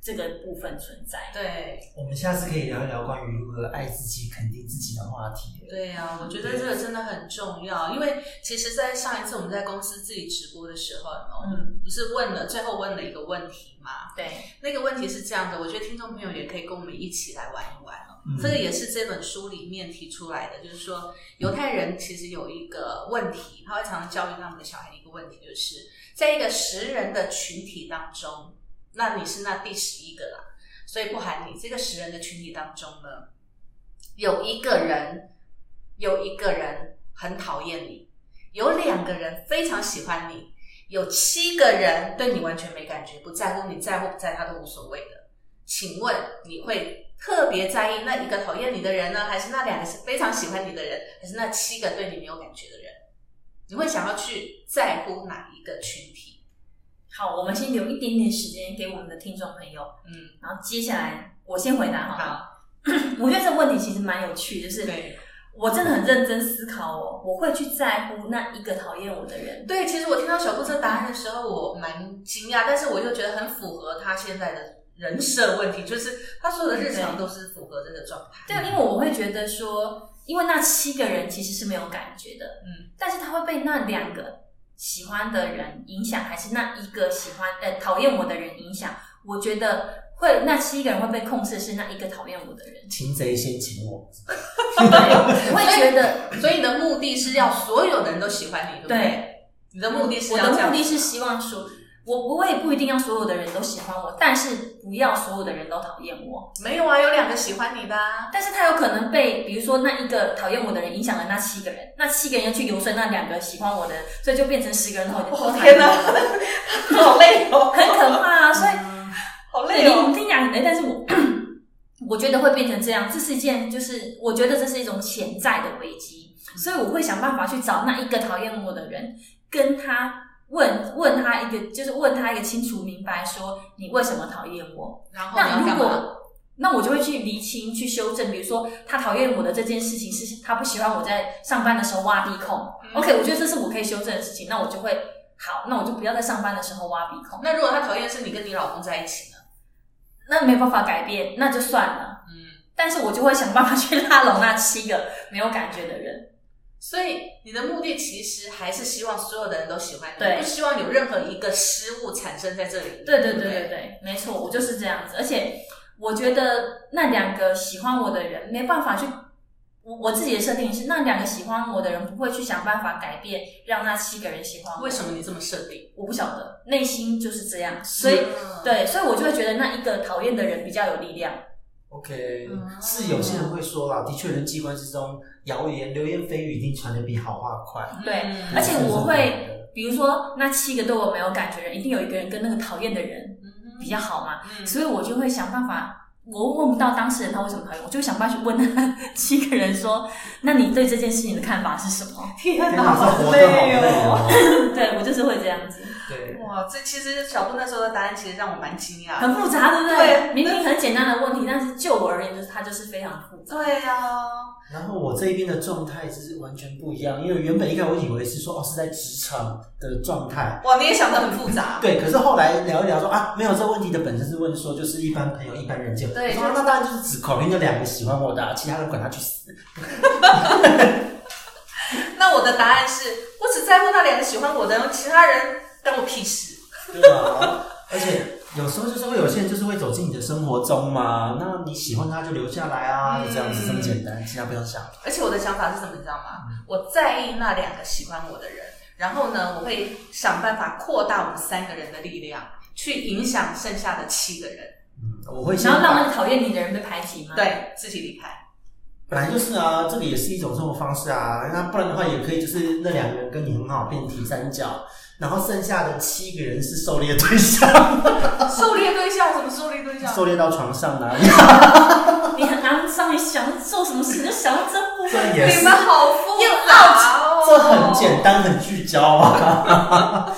B: 这个部分存在。
A: 对
C: 我们下次可以聊一聊关于如何爱自己、肯定自己的话题。
A: 对呀、我觉得这个真的很重要，因为其实，在上一次我们在公司自己直播的时候，有没有
B: 嗯，
A: 不是问了最后问了一个问题嘛？
B: 对，
A: 那个问题是这样的，我觉得听众朋友也可以跟我们一起来玩一玩哦。
C: 嗯
A: 这个也是这本书里面提出来的，就是说犹太人其实有一个问题，他会常常教育他们的小孩的一个问题，就是在一个十人的群体当中，那你是那第十一个啦，所以不含你这个十人的群体当中呢，有一个人有一个人很讨厌你，有两个人非常喜欢你，有七个人对你完全没感觉，不在乎你在乎不在他都无所谓的。请问你会特别在意那一个讨厌你的人呢，还是那两个是非常喜欢你的人，还是那七个对你没有感觉的人？你会想要去在乎哪一个群体？
B: 好，我们先留一点点时间给我们的听众朋友，
A: 嗯，
B: 然后接下来我先回答好了。
A: 好，
B: 我觉得这个问题其实蛮有趣，就是
A: 对
B: 我真的很认真思考哦，我会去在乎那一个讨厌我的人。
A: 对。其实我听到小顾这答案的时候，我蛮惊讶，但是我又觉得很符合他现在的人设问题，就是他所有的日常都是符合这个状态。
B: 对，因为我会觉得说，因为那七个人其实是没有感觉的，
A: 嗯，
B: 但是他会被那两个喜欢的人影响，还是那一个喜欢呃讨厌我的人影响？我觉得会那七个人会被控制是那一个讨厌我的人，
C: 擒贼先擒王，
B: 对，我会觉得
A: 所以你的目的是要所有的人都喜欢你，对不对？
B: 对。
A: 你的目的是
B: 我
A: 要
B: 的
A: 这样
B: 目的是希望说，我我也不一定要所有的人都喜欢我，但是不要所有的人都讨厌我。
A: 没有啊，有两个喜欢你的、啊，
B: 但是他有可能被，比如说那一个讨厌我的人影响了那七个人，那七个人又去游说那两个喜欢我的人，所以就变成十个人讨厌我。
A: 哦天 哪，好累哦，
B: 很可怕啊！所以
A: 好
B: 对
A: 累
B: 你
A: 哦。
B: 听讲哎，但是我 我觉得会变成这样，这是一件就是我觉得这是一种潜在的危机，所以我会想办法去找那一个讨厌我的人，跟他问问他一个，就是问他一个清楚明白说你为什么讨厌我。
A: 然后
B: 那
A: 你要
B: 如
A: 干嘛？
B: 果那我就会去厘清、去修正，比如说他讨厌我的这件事情是他不喜欢我在上班的时候挖鼻孔、
A: 嗯
B: o k 我觉得这是我可以修正的事情，那我就会好，那我就不要在上班的时候挖鼻孔。
A: 那如果他讨厌是你跟你老公在一起呢？
B: 那没办法改变，那就算了。
A: 嗯，
B: 但是我就会想办法去拉拢那七个 没有感觉的人。
A: 所以你的目的其实还是希望所有的人都喜欢你，
B: 对
A: 不希望有任何一个失误产生在这里。
B: 对对
A: 不
B: 对对对，没错，我就是这样子。而且我觉得那两个喜欢我的人没办法去，我我自己的设定是那两个喜欢我的人不会去想办法改变，让那七个人喜欢我。
A: 为什么你这么设定？
B: 我不晓得，内心就是这样。所以
A: 嗯，
B: 对，所以我就会觉得那一个讨厌的人比较有力量。
C: OK，
A: 嗯
C: 是有些人会说啦，的确人际关系中谣言、流言蜚语一定传的比好话 快。
B: 对，
A: 嗯
B: 而且我
C: 是是
B: 会，比如说那七个对我没有感觉的人，一定有一个人跟那个讨厌的人
A: 嗯
B: 比较好嘛，
A: 嗯
B: 所以我就会想办法，我问不到当事人他为什么讨厌，我就想办法去问那七个人 说，那你对这件事情的看法是什么？
A: 天
C: 天哪，这活得好累哦。
B: 对我就是会这样子，
C: 对，
A: 哇，这其实小布那时候的答案其实让我蛮惊讶的。
B: 很复杂，对不
A: 对
B: 明明很简单的问题，但是就我而言，就是它就是非常复杂。
A: 对呀、
C: 然后我这边的状态是完全不一样，因为原本一开始我以为是说哦是在职场的状态，
A: 哇，你也想得很复杂。
C: 对，可是后来聊一聊说啊，没有这问题的本身是问说，就是一般朋友、一般人就
A: 对
C: 我说啊
A: 就
C: 那当然就是只口令那两个喜欢我的、啊，其他人管他去死。
A: 那我的答案是我只在乎那两个喜欢我的人，其他人关我屁事。
C: 对啊，而且有时候就是会有些人就是会走进你的生活中嘛，那你喜欢他就留下来啊，
A: 嗯
C: 就这样子这么简单，其他不用想。
A: 而且我的想法是什么，你知道吗？
C: 嗯
A: 我在意那两个喜欢我的人，然后呢，我会想办法扩大我们三个人的力量，去影响剩下的七个人，
C: 嗯，我会先
B: 然后让那
C: 把
B: 个讨厌你的人被排挤
C: 嗯
B: 吗？，
A: 对自己离开。
C: 本来就是啊，这个也是一种生活方式啊，那不然的话也可以就是那两个人跟你很好变体三角，然后剩下的七个人是狩猎 对象，
A: 狩猎对象，什么狩猎对象？
C: 狩猎到床上哪里？
B: 你很肮脏，你想做什么事你就想到这部分。
C: 这也
A: 你
C: 是
A: 们好复杂哦，
C: 这很简单，很聚焦啊，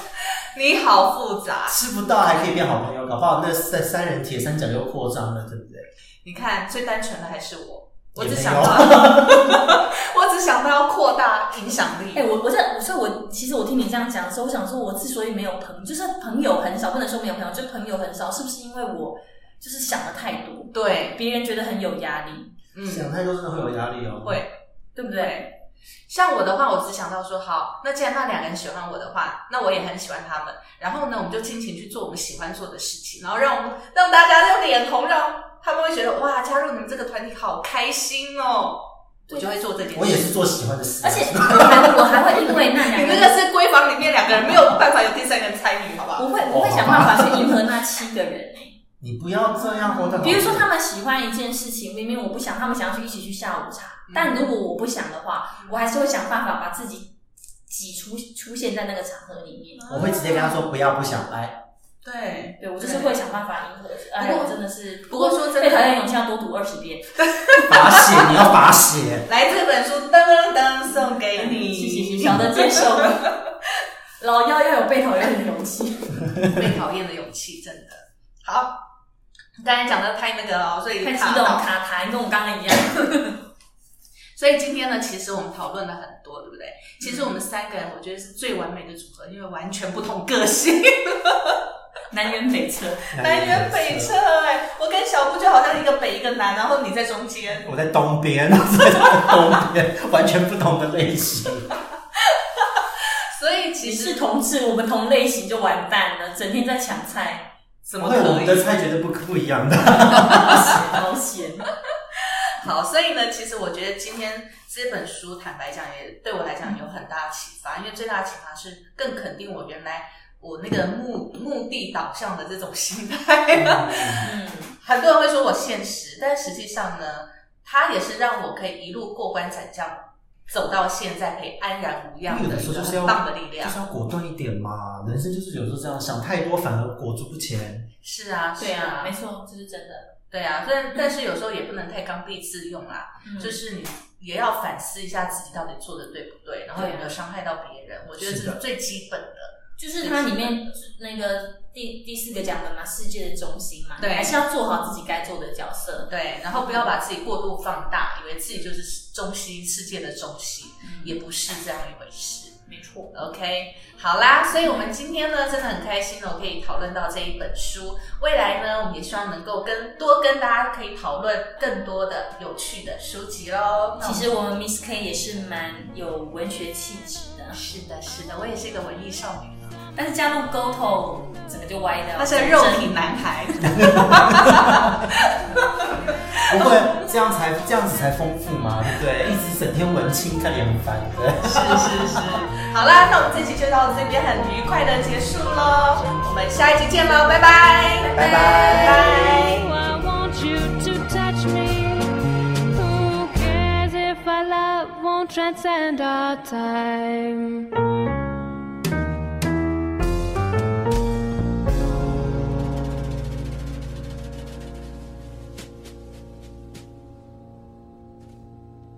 A: 你好复杂。
C: 吃不到还可以变好朋友，搞不好那三三人铁三角又扩张了，对不对？
A: 你看，最单纯的还是我，我
C: 也
A: 只
C: 没
A: 想
C: 有
A: 到， 我只想到要扩大影响力。
B: 哎、我我这，所以我其实我听你这样讲的时候，我想说，我之所以没有朋友，就是朋友很少，不能说没有朋友，就朋友很少，是不是因为我就是想的太多，
A: 对，
B: 别人觉得很有压力，
C: 想
A: 嗯，
C: 太多真的会有压力哦。
A: 会。
B: 对不对？
A: 对，像我的话，我只想到说，好，那既然那两个人喜欢我的话，那我也很喜欢他们。然后呢，我们就尽情去做我们喜欢做的事情，然后让我们让大家都脸红，让他们会觉得哇，加入你们这个团体好开心哦，我就会做这件事。
C: 我也是做喜欢的事，
B: 而且我还我还会因为那
A: 你
B: 两个
A: 那个
B: 人，
A: 是闺房里面两个人没有办法有第三个人参与，好不好？
B: 我会我会想办法去迎合那七个人。
C: 你不要这样哦活得好。
B: 比如说他们喜欢一件事情，明明我不想，他们想要去一起去下午茶，
A: 嗯
B: 但如果我不想的话，我还是会想办法把自己挤出出现在那个场合里
A: 嗯
B: 面。
C: 我会直接跟他说不要，不想来。
A: 对，
B: 对我就是会想办法迎合。哎呀，我真的是，
A: 不过说真的
B: 被讨厌勇气要多读二十遍。
C: 罚 写，你要罚写。
A: 来这本书噔噔噔送给哎你，
B: 嗯谢谢谢谢，小的接受了。 老妖要有被讨厌的勇气。
A: 被讨厌的勇气，真的好。刚才讲的太那个了哦，所以
B: 太激
A: 卡
B: 动，
A: 到
B: 卡痰，跟我刚刚一样。
A: 所以今天呢，其实我们讨论了很多，对不对？其实我们三个人，我觉得是最完美的组合，因为完全不同个性，
B: 嗯南辕北辙，
A: 南辕北辙。哎，我跟小布就好像一个北一个南，然后你在中间。
C: 我在东边， 在东边，完全不同的类 型。
A: 所以其
B: 你是
A: 实
B: 同志，我们同类型就完蛋了，整天在抢菜，
A: 怎么
C: 对，
B: 哎
C: 我
A: 可
C: 们
A: 以？
C: 的菜绝对不不一样的。
B: 好险好险。
A: 好，所以呢，其实我觉得今天这本书，坦白讲，也对我来讲有很大的启发，因为最大的启发是更肯定我原来我那个目目的导向的这种心态。
B: 嗯，
A: 很多人会说我现实，但实际上呢，它也是让我可以一路过关斩将，走到现在，可以安然无恙
C: 因为有
A: 的
C: 的
A: 一
C: 时候
A: 个
C: 就是要
A: 很棒的力量
C: 就。是要果断一点嘛。人生就是有时候这样，想太多反而裹足不前。
A: 是啊，是
B: 对
A: 啊
B: 啊，没，错，这是真的。
A: 对啊，但但是有时候也不能太刚愎自用啦。
B: 嗯
A: 就是你也要反思一下自己到底做的对不对，然后有没有伤害到别人。我觉得这
C: 是的
A: 是最基本的。
B: 就是它里面那个第第四个讲的嘛，世界的中心嘛，
A: 对
B: 还是要做好自己该做的角色。
A: 对，然后不要把自己过度放大，以为自己就是中心世界的中心，
B: 嗯
A: 也不是这样一回事。
B: 没错，
A: OK，好啦，所以我们今天呢真的很开心哦，可以讨论到这一本书。未来呢，我们也希望能够跟多跟大家可以讨论更多的有趣的书籍喽。那我
B: 其
A: 们
B: 实我们 Miss K 也是蛮有文学气质的，
A: 是的，是的，我也是一个文艺少女呢，
B: 但是加入 GoTo 整个就歪掉了。
A: 他是个肉体男孩。
C: 不会这样才这样子才丰富嘛，对不对？一直整天文青，看脸很烦的。
A: 是是是。好啦，那我们这期就到这边，很愉快的结束喽。我们下一集见喽，拜拜，
C: 拜拜
A: 拜。
D: I want you to touch me. Who cares if our love won't transcend our time?